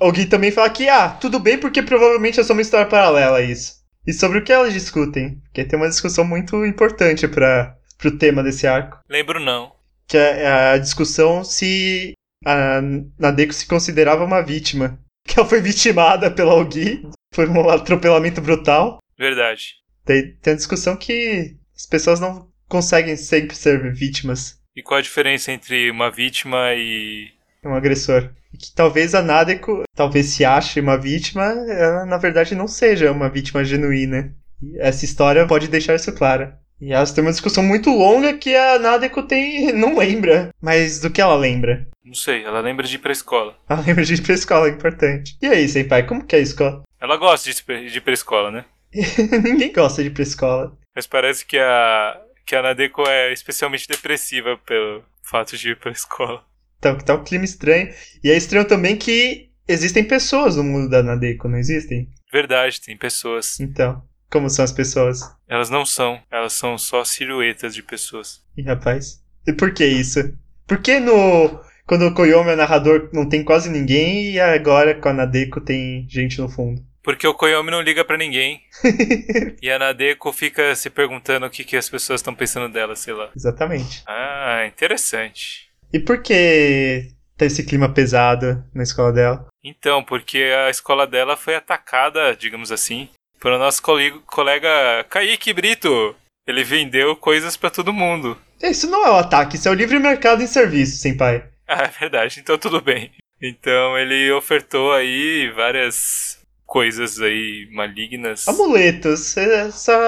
alguém também fala que, ah, tudo bem, porque provavelmente é só uma história paralela a isso. E sobre o que elas discutem? Porque tem uma discussão muito importante para pro tema desse arco.
Lembro não.
que é a discussão se a Nadeko se considerava uma vítima. Que ela foi vitimada pela Ogi por um atropelamento brutal.
Verdade.
Daí tem a discussão que as pessoas não conseguem sempre ser vítimas
E qual a diferença entre uma vítima e
de um agressor. E que talvez a Nadeko talvez se ache uma vítima, ela na verdade não seja uma vítima genuína. E essa história pode deixar isso claro. E elas têm uma discussão muito longa que a Nadeko tem não lembra, mas do que ela lembra.
Não sei, ela lembra de ir pra escola.
Ela lembra de ir pra escola, é importante. E aí, senpai, como que é a escola?
Ela gosta de, ir- de ir pra escola, né?
Ninguém gosta de ir pra escola.
Mas parece que a, que a Nadeko é especialmente depressiva pelo fato de ir pra escola.
Tá, tá um clima estranho. E é estranho também que existem pessoas no mundo da Nadeco, não existem?
Verdade, tem pessoas.
Então, como são as pessoas?
Elas não são, elas são só silhuetas de pessoas.
Ih, rapaz. E por que isso? Por que no. Quando o Koyomi é narrador, não tem quase ninguém, e agora com a Nadeco tem gente no fundo.
Porque o Koyomi não liga pra ninguém. e a Nadeko fica se perguntando o que, que as pessoas estão pensando dela, sei lá.
Exatamente.
Ah, interessante.
E por que tá esse clima pesado na escola dela?
Então, porque a escola dela foi atacada, digamos assim, pelo nosso coli- colega Kaique Brito. Ele vendeu coisas pra todo mundo.
Isso não é um ataque, isso é o livre mercado em serviço, senpai.
Ah, é verdade, então tudo bem. Então ele ofertou aí várias coisas aí malignas.
Amuletos, é só,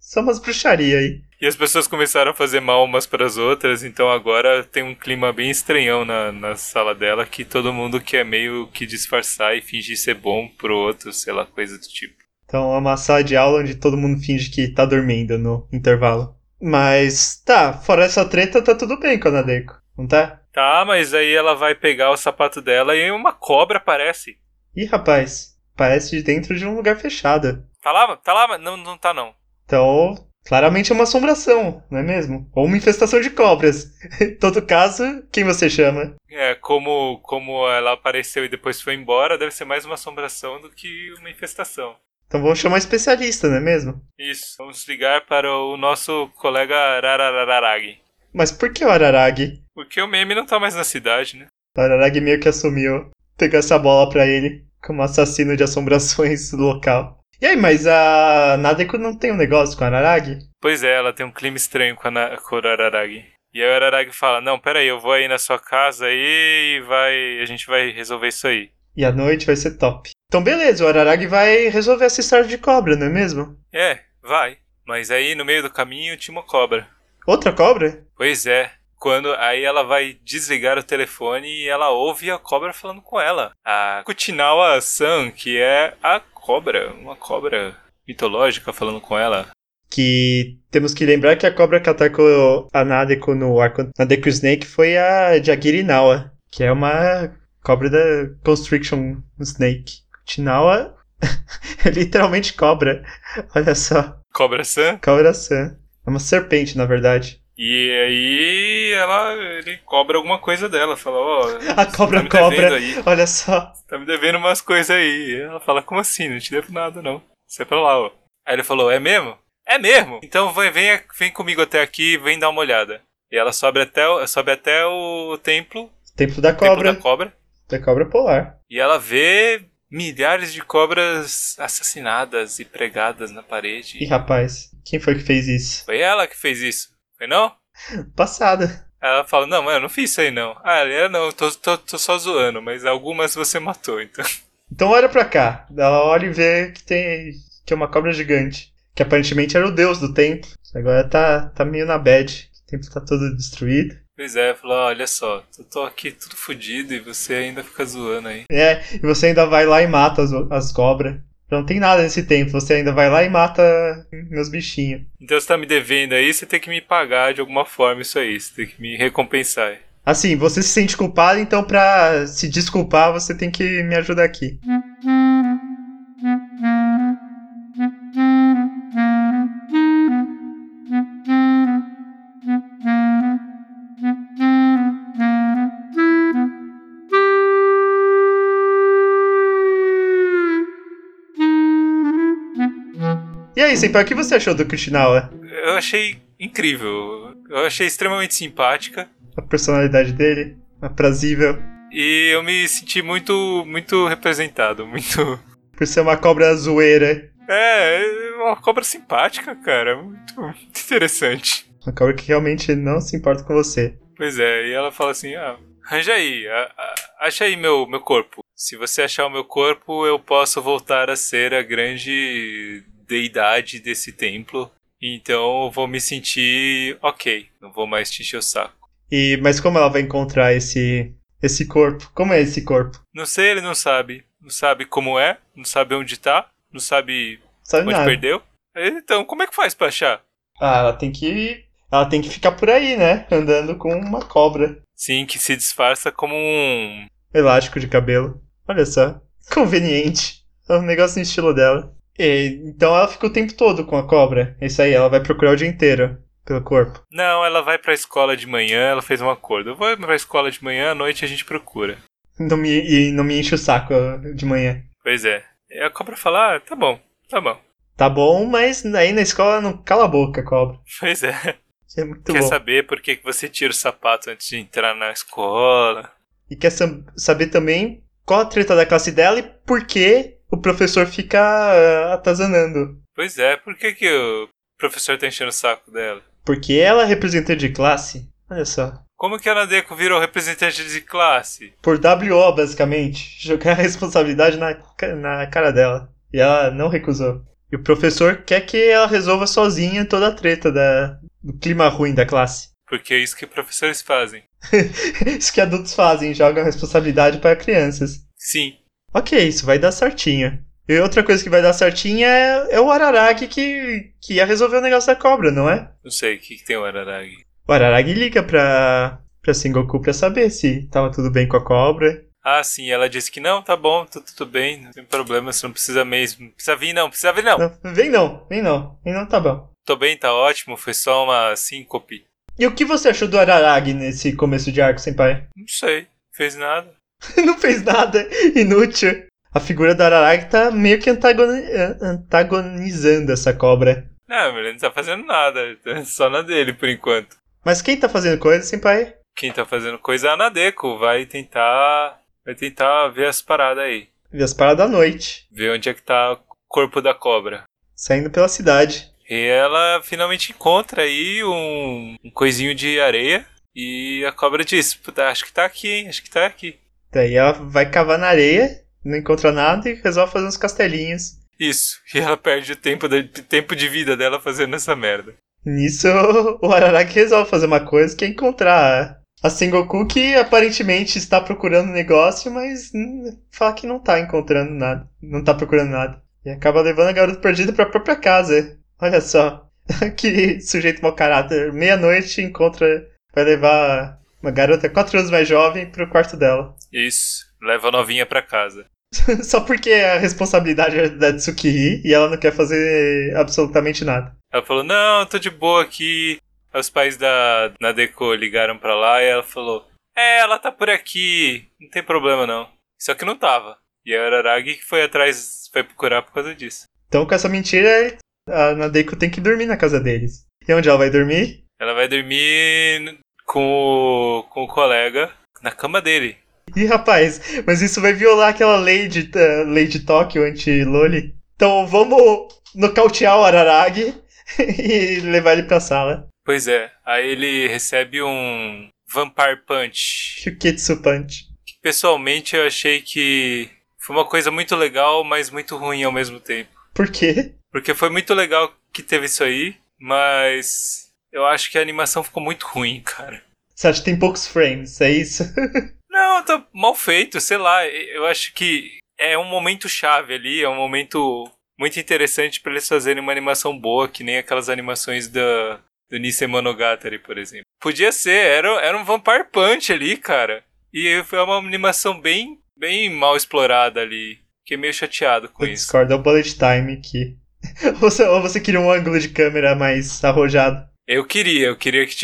só umas bruxaria aí.
E as pessoas começaram a fazer mal umas pras outras, então agora tem um clima bem estranhão na, na sala dela que todo mundo quer meio que disfarçar e fingir ser bom pro outro, sei lá, coisa do tipo.
Então é uma sala de aula onde todo mundo finge que tá dormindo no intervalo. Mas tá, fora essa treta, tá tudo bem com a Nadeko, não tá?
Tá, mas aí ela vai pegar o sapato dela e uma cobra aparece.
Ih, rapaz, parece de dentro de um lugar fechado.
Tá lá? Tá lá? Não, não tá não.
Então, claramente é uma assombração, não é mesmo? Ou uma infestação de cobras. em todo caso, quem você chama?
É, como, como ela apareceu e depois foi embora, deve ser mais uma assombração do que uma infestação.
Então vamos chamar um especialista, não é mesmo?
Isso, vamos ligar para o nosso colega Rararararagi.
Mas por que o Araragi?
Porque o meme não tá mais na cidade, né?
O Araragi meio que assumiu. Pegou essa bola pra ele como assassino de assombrações do local. E aí, mas a Nadeko não tem um negócio com a Araragi?
Pois é, ela tem um clima estranho com, a Na- com o Araragi. E aí o Araragi fala, não, peraí, eu vou aí na sua casa aí e vai, a gente vai resolver isso aí.
E a noite vai ser top. Então beleza, o Araragi vai resolver essa história de cobra, não é mesmo?
É, vai. Mas aí no meio do caminho tinha uma cobra.
Outra cobra?
Pois é. Quando aí ela vai desligar o telefone e ela ouve a cobra falando com ela. A Kutinawa San, que é a cobra, uma cobra mitológica falando com ela.
Que temos que lembrar que a cobra que atacou a Nadeko no arco Nadeko Snake foi a Jagirinawa. que é uma cobra da Constriction Snake. Tinawa é literalmente cobra. Olha só,
Cobra-san.
cobra-san. É uma serpente, na verdade.
E aí ela, ele cobra alguma coisa dela. Fala, ó, tá
A cobra
me devendo
cobra.
aí.
Olha só.
Tá me devendo umas coisas aí. E Ela fala, como assim? Não te devo nada, não. Você é pra lá, ó. Aí ele falou, é mesmo? É mesmo? Então vai, vem, vem comigo até aqui, vem dar uma olhada. E ela sobe até, o- sobe até o templo,
Templo da
templo
cobra.
da cobra,
da cobra polar.
e ela vê milhares de cobras assassinadas e pregadas na parede.
Ih, rapaz, quem foi que fez isso?
Foi ela que fez isso, foi não?
Passada.
Aí Ela fala, não, mas eu não fiz isso aí não. Ah, ela, não, eu tô, tô, tô só zoando, mas algumas você matou, então.
Então olha pra cá. Ela olha e vê que tem que é uma cobra gigante. Que aparentemente era o deus do templo. Agora tá, tá meio na bad. O templo tá todo destruído.
Pois é, fala, olha só, eu tô aqui tudo fodido e você ainda fica zoando aí.
É, e você ainda vai lá e mata as, as cobras. Não tem nada nesse templo. Você ainda vai lá e mata meus bichinhos.
Então você tá me devendo aí, você tem que me pagar de alguma forma isso aí, você tem que me recompensar.
Assim, você se sente culpado, então pra se desculpar, você tem que me ajudar aqui. E aí, Senpai, o que você achou do Kushinawa?
Eu achei incrível, eu achei extremamente simpática
A personalidade dele? Aprazível?
e eu me senti muito, muito representado, muito...
Por ser uma cobra zoeira.
É, é uma cobra simpática, cara, muito, muito interessante.
Uma cobra que realmente não se importa com você.
Pois é, e ela fala assim: ah, arranja aí, a- a- acha aí meu, meu corpo. Se você achar o meu corpo, eu posso voltar a ser a grande deidade desse templo. Então eu vou me sentir ok, não vou mais te encher o saco.
E mas como ela vai encontrar esse esse corpo? Como é esse corpo?
Não sei, ele não sabe. Não sabe como é, não sabe onde tá, não sabe
Sabe
onde
nada.
perdeu. Então, como é que faz pra achar?
Ah, ela tem que ela tem que ficar por aí, né? Andando com uma cobra,
Sim, que se disfarça como um.
elástico de cabelo. Olha só, conveniente. É um negócio no estilo dela. E, então ela fica o tempo todo com a cobra. É Isso aí, ela vai procurar o dia inteiro pelo corpo.
Não, ela vai pra escola de manhã, ela fez um acordo. Eu vou pra escola de manhã, à noite a gente procura.
Não me, e não me enche o saco de manhã.
Pois é. E a cobra fala, ah, tá bom, tá bom.
Tá bom, mas aí na escola não cala a boca, cobra.
Pois é.
Que é muito
Quer
bom.
saber por que que você tira o sapato antes de entrar na escola?
E quer sam- saber também qual a treta da classe dela e por que o professor fica ah, atazanando.
Pois é, por que, que o professor tá enchendo o saco dela?
Porque ela é representante de classe. Olha só.
Como que a Nadeko virou representante de classe?
Por WO, basicamente. Jogar a responsabilidade na, ca- na cara dela. E ela não recusou. E o professor quer que ela resolva sozinha toda a treta da, do clima ruim da classe.
Porque é isso que professores fazem.
Isso que adultos fazem, jogam a responsabilidade para crianças.
Sim.
Ok, isso vai dar certinho. E outra coisa que vai dar certinho é, é o Araragi que, que ia resolver o negócio da cobra, não é?
Não sei, o que, que tem o Araragi?
O Araragi liga pra, pra Sengoku pra saber se tava tudo bem com a cobra.
Ah, sim, ela disse que não, tá bom, tá tudo bem, não tem problema, você não precisa mesmo. Não precisa vir, não, precisa vir, não.
Não, vem não, vem não, vem não, tá bom.
Tô bem, tá ótimo, foi só uma síncope.
E o que você achou do Araragi nesse começo de arco, senpai?
Não sei, fez nada.
não fez nada, inútil. A figura do Araragi tá meio que antagoni- an- antagonizando essa cobra.
Não, meu, ele não tá fazendo nada. tá Só na dele, por enquanto.
Mas quem tá fazendo coisa, senpai?
Quem tá fazendo coisa é a Nadeco. Vai tentar. Vai tentar ver as paradas aí.
Vê as paradas à noite,
Ver onde é que tá o corpo da cobra.
saindo pela cidade.
E ela finalmente encontra aí um, um coisinho de areia. E a cobra diz: Puta, acho que tá aqui, hein? Acho que tá aqui.
Daí ela vai cavar na areia, não encontra nada e resolve fazer uns castelinhos.
Isso. E ela perde o tempo, da, tempo de vida dela fazendo essa merda.
Nisso, o Araraki resolve fazer uma coisa que é encontrar a Sengoku, que aparentemente está procurando um negócio, mas hum, fala que não tá encontrando nada. Não tá procurando nada. E acaba levando a garota perdida pra própria casa. Olha só. que sujeito mau caráter. Meia-noite encontra. Vai levar Uma garota quatro anos mais jovem pro quarto dela.
Isso. Leva a novinha pra casa.
Só porque a responsabilidade é da Tsukihii e ela não quer fazer absolutamente nada.
Ela falou: Não, tô de boa aqui. Aí Os pais da Nadeko ligaram pra lá e ela falou: É, ela tá por aqui. Não tem problema não. Só que não tava. E a Araragi que foi atrás, foi procurar por causa disso.
Então, com essa mentira, a Nadeko tem que dormir na casa deles. E onde ela vai dormir?
Ela vai dormir com o, com o colega na cama dele.
Ih, rapaz, mas isso vai violar aquela lei de, eh, lei de Tóquio anti-Loli. Então, vamos nocautear o Araragi e levar ele pra sala.
Pois é, aí ele recebe um Vampire Punch.
Shuketsu Punch.
Pessoalmente, eu achei que foi uma coisa muito legal, mas muito ruim ao mesmo tempo.
Por quê?
Porque foi muito legal que teve isso aí, mas eu acho que a animação ficou muito ruim, cara.
Você acha que tem poucos frames, é isso?
Não, tá mal feito, sei lá. Eu acho que é um momento chave ali, é um momento muito interessante pra eles fazerem uma animação boa, que nem aquelas animações da, do Nisei Monogatari, por exemplo. Podia ser, era, era um Vampire Punch ali, cara. E foi uma animação bem, bem mal explorada ali. Fiquei meio chateado com
Eu
isso.
discordo, é o bullet time que... ou, você, ou você queria um ângulo de câmera mais arrojado.
Eu queria, eu queria que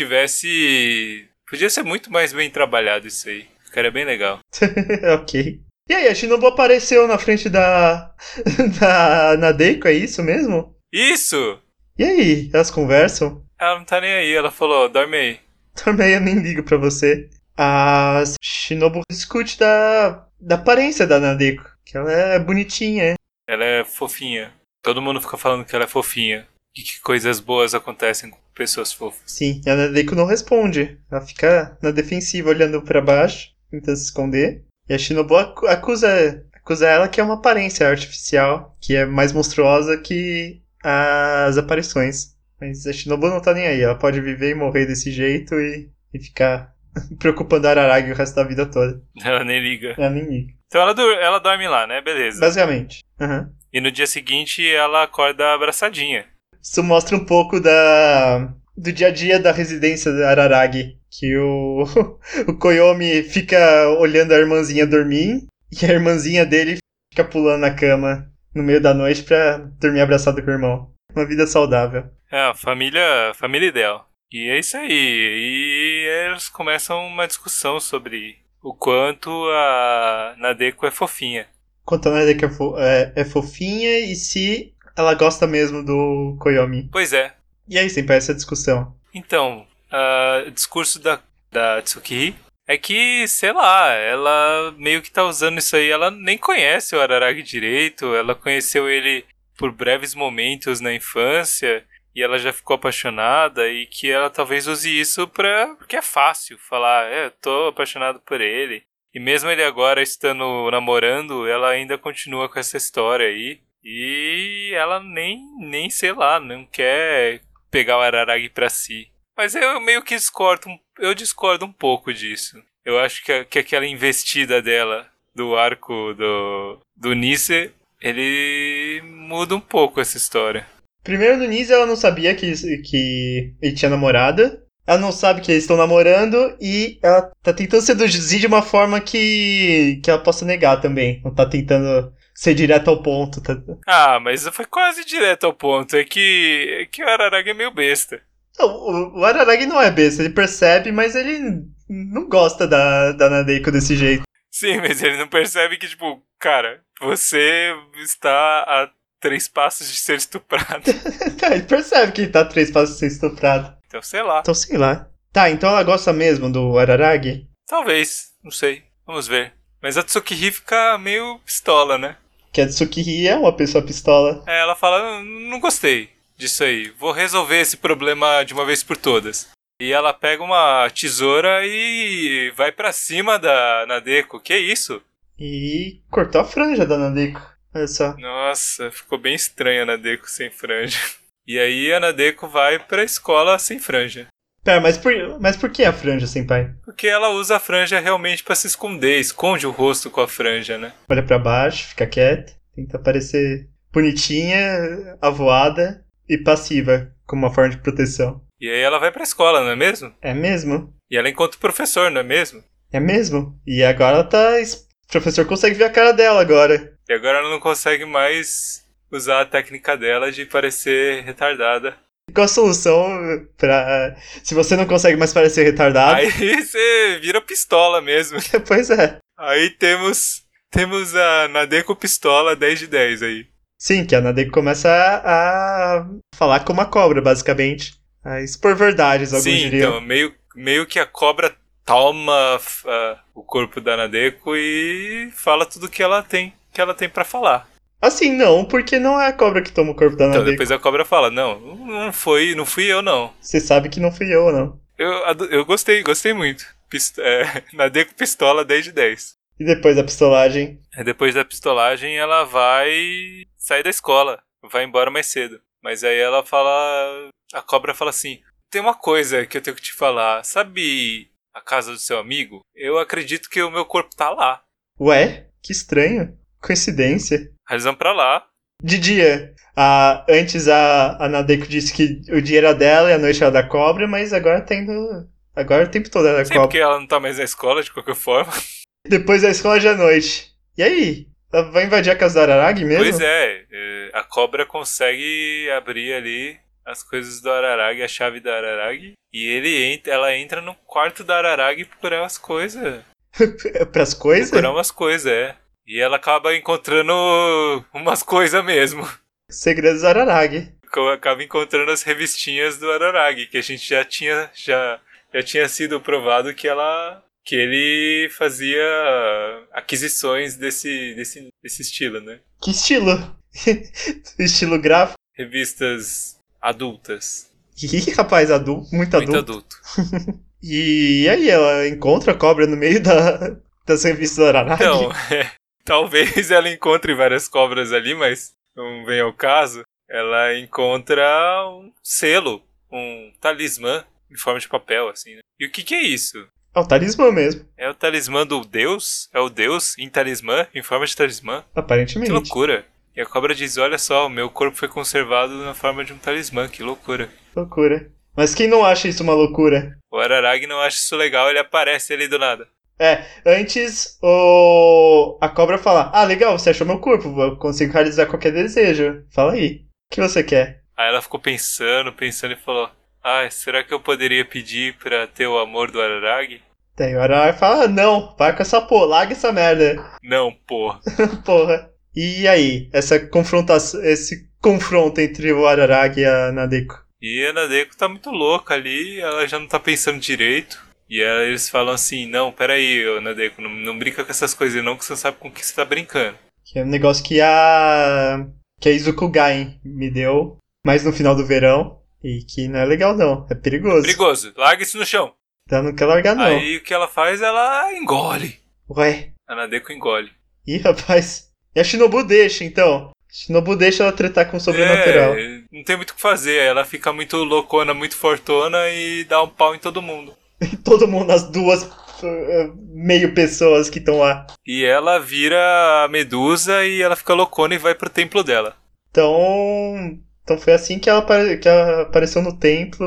tivesse. Podia ser muito mais bem trabalhado isso aí. Ficaria bem legal.
ok. E aí, a Shinobu apareceu na frente da... da Nadeko, é isso mesmo?
Isso!
E aí, elas conversam?
Ela não tá nem aí, ela falou, dorme aí.
Também eu nem ligo pra você. A Shinobu discute da, da aparência da Nadeko, que ela é bonitinha.
Ela é fofinha. Todo mundo fica falando que ela é fofinha. E que coisas boas acontecem com pessoas fofas.
Sim, e a Nadeko não responde. Ela fica na defensiva, olhando pra baixo, tentando se esconder. E a Shinobu acu- acusa, acusa ela que é uma aparência artificial, que é mais monstruosa que as aparições. Mas a Shinobu não tá nem aí. Ela pode viver e morrer desse jeito e, e ficar preocupando a Araragi o resto da vida toda.
Ela nem liga.
Ela nem liga.
Então ela, dur- ela dorme lá, né? Beleza.
Basicamente. Aham.
E no dia seguinte ela acorda abraçadinha.
Isso mostra um pouco da do dia a dia da residência da Araragi, que o o Koyomi fica olhando a irmãzinha dormir e a irmãzinha dele fica pulando na cama no meio da noite pra dormir abraçado com o irmão. Uma vida saudável.
É, a família, família ideal. E é isso aí. E eles começam uma discussão sobre o quanto a Nadeko é fofinha.
Quanto a Nadeko é, fo- é, é fofinha e se ela gosta mesmo do Koyomi.
Pois é.
E aí sempre essa discussão.
Então, ah, o discurso da, da Tsukihii é que, sei lá, ela meio que tá usando isso aí. Ela nem conhece o Araragi direito. Ela conheceu ele por breves momentos na infância. E ela já ficou apaixonada. E que ela talvez use isso pra... Porque é fácil falar, é, eu tô apaixonado por ele. E mesmo ele agora estando namorando, ela ainda continua com essa história aí. E ela nem, nem sei lá, não quer pegar o Araragi pra si. Mas eu meio que discordo, um- eu discordo um pouco disso. Eu acho que, a- que aquela investida dela do arco do, do Nice, ele muda um pouco essa história.
Primeiro no Nisa ela não sabia que, que ele tinha namorada. Ela não sabe que eles estão namorando e ela tá tentando seduzir de uma forma que, que ela possa negar também. Não tá tentando ser direto ao ponto. tá-
Ah, mas foi quase direto ao ponto. É que, é que o Araragi é meio besta.
Não, o, o Araragi não é besta, ele percebe, mas ele não gosta da, da Nadeko desse jeito.
Sim, mas ele não percebe que, tipo, cara, você está a três passos de ser estuprado.
Tá, ele percebe que ele tá três passos sem estuprado.
Então, sei lá.
Então sei lá. Tá, então ela gosta mesmo do Araragi?
Talvez, não sei. Vamos ver. Mas a Tsukihii fica meio pistola, né?
Que a Tsukihii é uma pessoa pistola.
Aí É, ela fala: "Não- não gostei disso aí, vou resolver esse problema de uma vez por todas. E ela pega uma tesoura e vai pra cima da Nadeko. Que isso?
E cortou a franja da Nadeko. Olha só.
Nossa, ficou bem estranha a Nadeko sem franja. E aí a Nadeko vai pra escola sem franja.
Pera, Tá, mas por, mas por que a franja, senpai?
Porque ela usa a franja realmente pra se esconder, esconde o rosto com a franja, né?
Olha pra baixo, fica quieta, tenta parecer bonitinha, avoada e passiva, como uma forma de proteção.
E aí ela vai pra escola, não é mesmo?
É mesmo?
E ela encontra o professor, não é mesmo?
É mesmo? E agora ela tá. es- O professor consegue ver a cara dela agora.
E agora ela não consegue mais usar a técnica dela de parecer retardada.
E Qual a solução pra. Se você não consegue mais parecer retardado,
Aí você vira pistola mesmo.
pois é.
Aí temos temos a Nadeko pistola 10 de 10 aí.
Sim, que a Nadeko começa a, a falar como uma cobra, basicamente. A expor verdades, alguns
Sim,
diriam.
então, meio, meio que a cobra toma f- ah, o corpo da Nadeko e fala tudo que ela tem, que ela tem para falar.
Assim, não, porque não é a cobra que toma o corpo da
Então
Nadeko.
depois a cobra fala: "Não, não foi, não fui eu não".
Você sabe que não fui eu, não.
Eu, ado- eu gostei, gostei muito. Pist é, Nadeko pistola 10 de 10.
E depois da pistolagem,
Aí É, Depois da pistolagem, ela vai sair da escola, vai embora mais cedo. Mas aí ela fala. A cobra fala assim: Tem uma coisa que eu tenho que te falar. Sabe a casa do seu amigo? Eu acredito que o meu corpo tá lá.
ué, que estranho. Coincidência.
Aí Eles vão pra lá.
De dia. A, antes a, a Nadeko disse que o dia era dela e a noite era da cobra, mas agora tá indo. Agora o tempo todo é da
Sim,
cobra.
porque ela não tá mais na escola, de qualquer forma.
Depois da escola já é noite. E aí? Ela vai invadir a casa da Araragi mesmo?
Pois é, é, a cobra consegue abrir ali as coisas do Araragi, a chave do Araragi. E ele entra, ela entra no quarto do Araragi procurar as coisas.
É, Pras coisas?
é. procurar umas coisas, é. E ela acaba encontrando umas coisas mesmo.
Segredos da Araragi.
Co- Acaba encontrando as revistinhas do Araragi, que a gente já tinha já, já tinha sido provado que ela que ele fazia aquisições desse desse, desse estilo, né?
Que estilo? estilo gráfico?
Revistas adultas,
Ih, rapaz, adulto, muito adulto.
muito adulto.
E aí, ela encontra a cobra no meio da, das revistas da Araragi?
Então, é, talvez ela encontre várias cobras ali, mas não vem ao caso. Ela encontra um selo, um talismã em forma de papel, assim. Né? E o que, que é isso?
É o talismã mesmo,
É o talismã do deus? É o deus em talismã, em forma de talismã? Que
aparentemente.
loucura! E a cobra diz: Olha só, o meu corpo foi conservado na forma de um talismã, que loucura.
Loucura. Mas quem não acha isso uma loucura?
O Araragi não acha isso legal, ele aparece ali do nada.
Antes, o... a cobra fala: Ah, legal, você achou meu corpo, eu consigo realizar qualquer desejo. Fala aí, o que você quer?
Aí ela ficou pensando, pensando e falou: Ai, será que eu poderia pedir pra ter o amor do Araragi?
Daí o Araragi fala: "Ah, Não, vai com essa porra, larga essa merda.
Não, pô.
Porra. E aí, essa confrontação, esse confronto entre o Araragi e a Nadeko?
E a Nadeko tá muito louca ali, ela já não tá pensando direito. E aí eles falam assim: Não, peraí, ô Nadeko, não, não brinca com essas coisas não, que você não sabe com o que você tá brincando.
Que é um negócio que a. que a Izuku Gain me deu, mas no final do verão. E que não é legal, não. É perigoso.
Perigoso, larga isso no chão.
Ela não quer largar, Ah, não.
Aí o que ela faz? Ela engole.
Ué.
A Nadeko engole.
Ih, rapaz. E a Shinobu deixa, então. Shinobu deixa ela tretar com o sobrenatural.
É, não tem muito o que fazer, ela fica muito loucona, muito fortona e dá um pau em todo mundo.
E todo mundo, as duas eh, meio pessoas que estão lá.
E ela vira a Medusa e ela fica loucona e vai pro templo dela.
Então. Então foi assim que ela, apare- que ela apareceu no templo,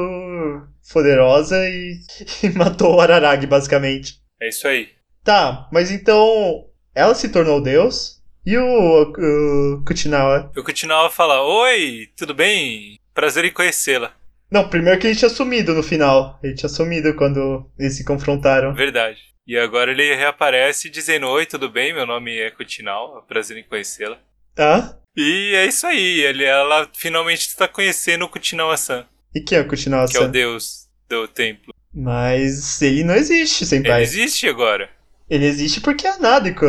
poderosa, e, e matou o Araragi, basicamente.
É isso aí.
Tá, mas então. Ela se tornou Deus? E o, o Kutinawa?
Eu continuava a falar: Oi, tudo bem? Prazer em conhecê-la.
Não, primeiro que ele tinha sumido no final. Ele tinha sumido quando eles se confrontaram.
Verdade. E agora ele reaparece dizendo: Oi, tudo bem? Meu nome é Kutinal, prazer em conhecê-la.
Hã?
E é isso aí, ele, ela finalmente está conhecendo o Kutinawa-san,
E quem é o Kutinawa?
que é o deus do templo.
Mas ele não existe,
Ele
Senpai. Ele,
existe agora.
existe porque é a Nadeko.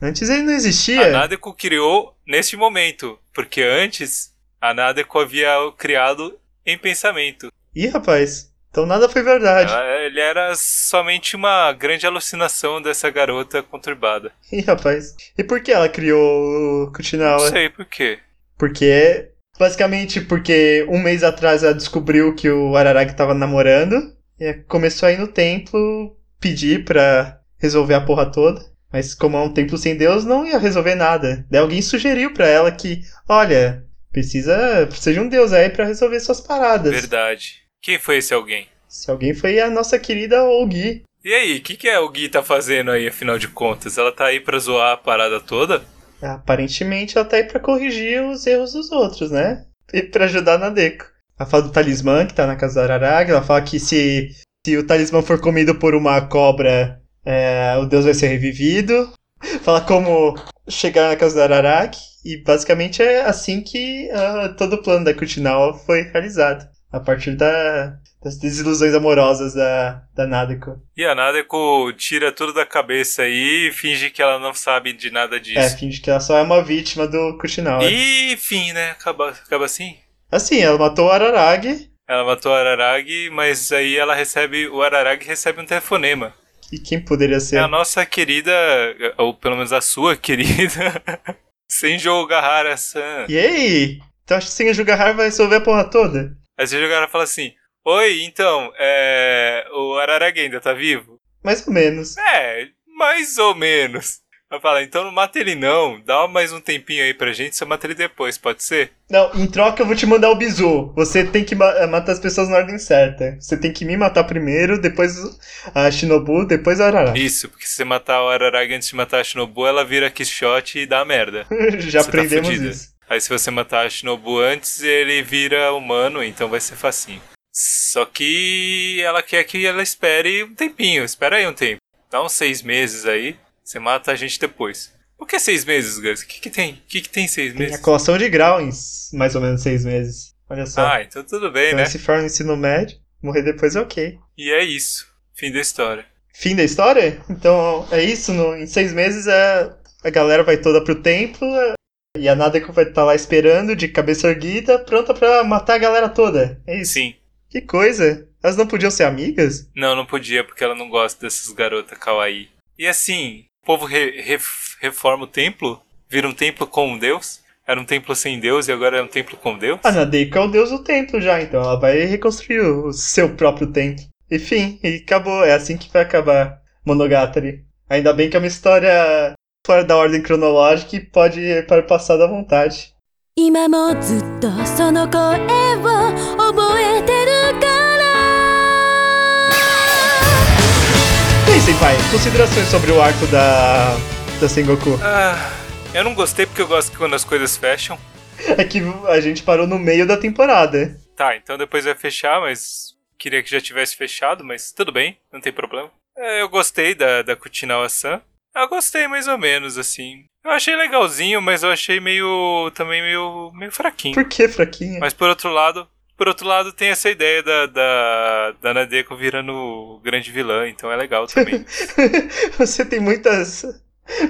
Antes ele não
A
existia.
Nadeko criou neste momento, porque antes a Nadeko havia o criado em pensamento.
Ih, rapaz. Então nada foi verdade.
Ela- ele era somente uma grande alucinação dessa garota conturbada.
Ih, rapaz. E por que ela criou o
Não
Kutinawa?
sei por quê.
Porque. Basicamente porque um mês atrás ela descobriu que o Araragi tava namorando. E começou a ir no templo pedir pra resolver a porra toda. Mas como é um templo sem Deus, não ia resolver nada. Daí alguém sugeriu pra ela que, olha, precisa. Precisa de um Deus aí pra resolver suas paradas.
Verdade. Quem foi esse alguém?
Se alguém foi a nossa querida Olgi.
E aí, o que, que a Gui tá fazendo aí, afinal de contas? Ela tá aí pra zoar a parada toda?
Aparentemente ela tá aí pra corrigir os erros dos outros, né? E pra ajudar na Deco. Ela fala do talismã que tá na casa da Araraga, ela fala que se, se o talismã for comido por uma cobra, é, o deus vai ser revivido. Fala como chegar na casa da Araraga, e basicamente é assim que ah, todo o plano da Kuchinawa foi realizado. A partir da- das desilusões amorosas da, da Nadeko.
E a Nadeko tira tudo da cabeça aí e finge que ela não sabe de nada
É, tá
disso.
finge que ela só é uma vítima do Kuchinawa.
E fim, né? Acaba, acaba assim.
Assim, ela matou o Araragi,
Ela matou o Araragi, mas aí ela recebe. O Araragi recebe um telefonema.
e quem poderia ser?
É a nossa querida, ou pelo menos a sua querida, Senjou Gahara-san.
E aí? Tu acha que sem Jugahar vai resolver a porra toda?
Aí você jogar e fala assim: Oi, então, é. O Araragi ainda tá vivo?
Mais ou menos.
É, mais ou menos. Ela fala: Então não mata ele não, dá mais um tempinho aí pra gente, só mata ele depois, pode ser?
Não, em troca eu vou te mandar o bizu. Você tem que ma- eh, matar as pessoas na ordem certa. Você tem que me matar primeiro, depois a Shinobu, depois a Araragi.
Isso, porque se você matar o Araragi antes de matar a Shinobu, ela vira Kishot e dá merda.
Já
Você tá
aprendemos
fudida.
isso.
Aí se você matar a Shinobu antes, ele vira humano, então vai ser facinho. Só que ela quer que ela espere um tempinho, espera aí um tempo. Dá uns seis meses aí, você mata a gente depois. Por que seis meses, Gus? O que, que tem? O que, que tem seis
Tem a
meses?
colação de grau em s- mais ou menos seis meses. Olha só.
Ah, então tudo bem,
então
né?
se for no ensino médio, morrer depois é ok.
E é isso. Fim da história.
Fim da história? Então é isso. no- em seis meses a, a galera vai toda pro templo a- e a Nadeko vai estar lá esperando, de cabeça erguida, pronta pra matar a galera toda. É isso.
Sim.
Que coisa! Elas não podiam ser amigas?
Não, não podia, porque ela não gosta dessas garotas kawaii. E assim, o povo re- re- reforma o templo, vira um templo com um deus. Era um templo sem deus e agora é um templo com deus.
A Nadeko é o deus do templo já, então ela vai reconstruir o seu próprio templo. Enfim, e acabou. É assim que vai acabar Monogatari. Ainda bem que é uma história fora da ordem cronológica e pode ir para o passado à vontade.
今もずっとその声を覚えてるから
E aí, Senpai, considerações sobre o arco da, da Sengoku?
Ah, eu não gostei porque eu gosto que quando as coisas fecham.
É que a gente parou no meio da temporada.
Tá, então depois vai fechar, mas queria que já tivesse fechado, mas tudo bem, não tem problema. É, eu gostei da, da Kutinawa-san. Eu gostei mais ou menos, assim. Eu achei legalzinho, mas eu achei meio. também meio. meio fraquinho.
Por que, fraquinha?
Mas por outro lado. Por outro lado, tem essa ideia da, da, da Nadeko virando o grande vilã, então é legal também.
Você tem muitas,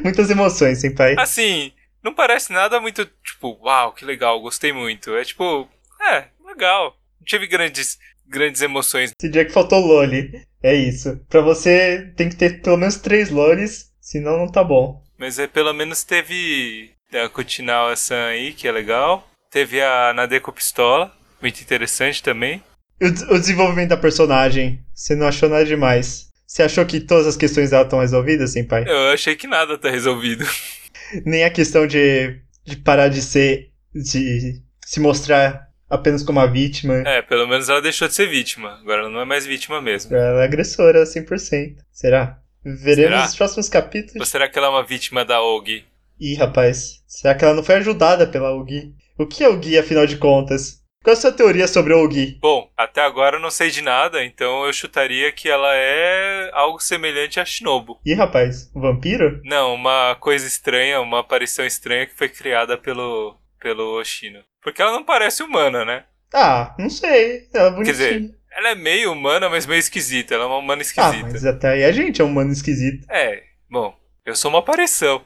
muitas emoções, Senpai.
Assim, não parece nada muito, tipo, uau, que legal, gostei muito. É tipo, é, legal. Não tive grandes, grandes emoções.
Esse dia que faltou Loli. É isso. Pra você tem que ter pelo menos três Lolis, senão não tá bom.
Mas é, pelo menos teve é, a Kutinawa-san aí, que é legal. Teve a Nadeko Pistola, muito interessante também.
E O, des- o desenvolvimento da personagem. Você não achou nada demais. Você achou que todas as questões dela estão resolvidas, Senpai?
Eu achei que nada tá resolvido.
Nem a questão de, de parar de ser. de se mostrar apenas como a vítima.
É, pelo menos ela deixou de ser vítima. Agora ela não é mais vítima mesmo.
Ela é agressora, 100%. Será? Veremos
Será?
os próximos capítulos.
Ou será que ela é uma vítima da Og?
Ih, rapaz, será que ela não foi ajudada pela Ogi? O que é Ogi, afinal de contas? Qual é a sua teoria sobre a Ogi?
Bom, até agora eu não sei de nada, então eu chutaria que ela é algo semelhante a Shinobu.
Ih, rapaz, um vampiro?
Não, uma coisa estranha, uma aparição estranha que foi criada pelo, pelo Oshino. Porque ela não parece humana, né?
Ah, não sei, ela é bonitinha.
dizer, Ela é meio humana, mas meio esquisita. Ela é uma humana
ah,
esquisita.
mas até aí a gente é um humano esquisito. Ah,
É, bom, eu sou uma aparição.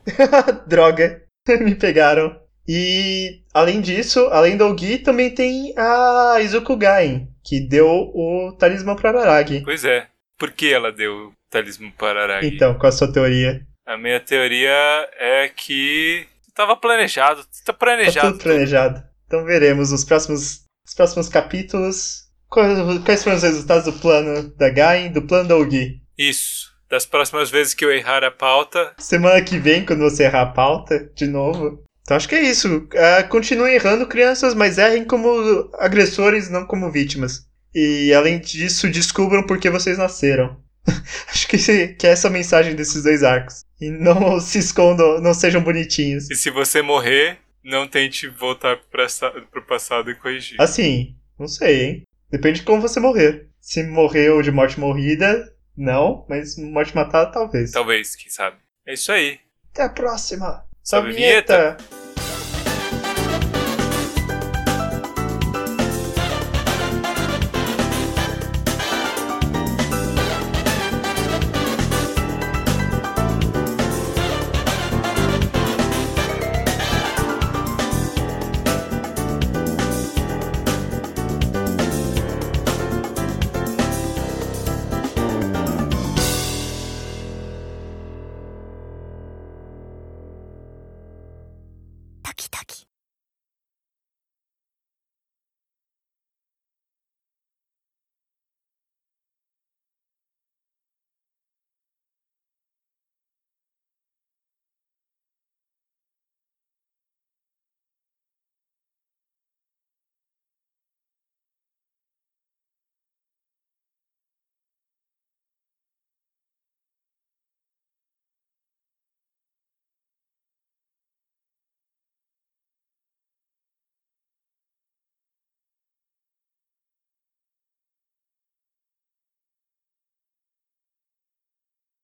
Droga, me pegaram. E, além disso, além da Ogi, também tem a Izuku Gain, que deu o talismã pra Araragi.
Pois é. Por que ela deu o talismã para Aragi?
Então, qual é a sua teoria?
A minha teoria é que tava planejado, tá
Tá
planejado.
tudo planejado. Então veremos os próximos, os próximos capítulos. Quais, quais foram os resultados do plano da Gain, do plano da Ogi?
Isso. Das próximas vezes que eu errar a pauta,
Semana que vem, quando você errar a pauta, de novo. Então acho que é isso. Ah, continuem errando, crianças, mas errem como agressores, não como vítimas. E além disso, descubram por que vocês nasceram. Acho que, esse- que é essa a mensagem desses dois arcos. E não se escondam, não sejam bonitinhos.
E se você morrer, não tente voltar pra, sa- pro passado e corrigir.
Assim, não sei, hein? Depende de como você morrer. Se morreu de morte morrida, não, mas morte matada, talvez.
Talvez, quem sabe. É isso aí.
Até a próxima!
Sobe a
vinheta!
vinheta.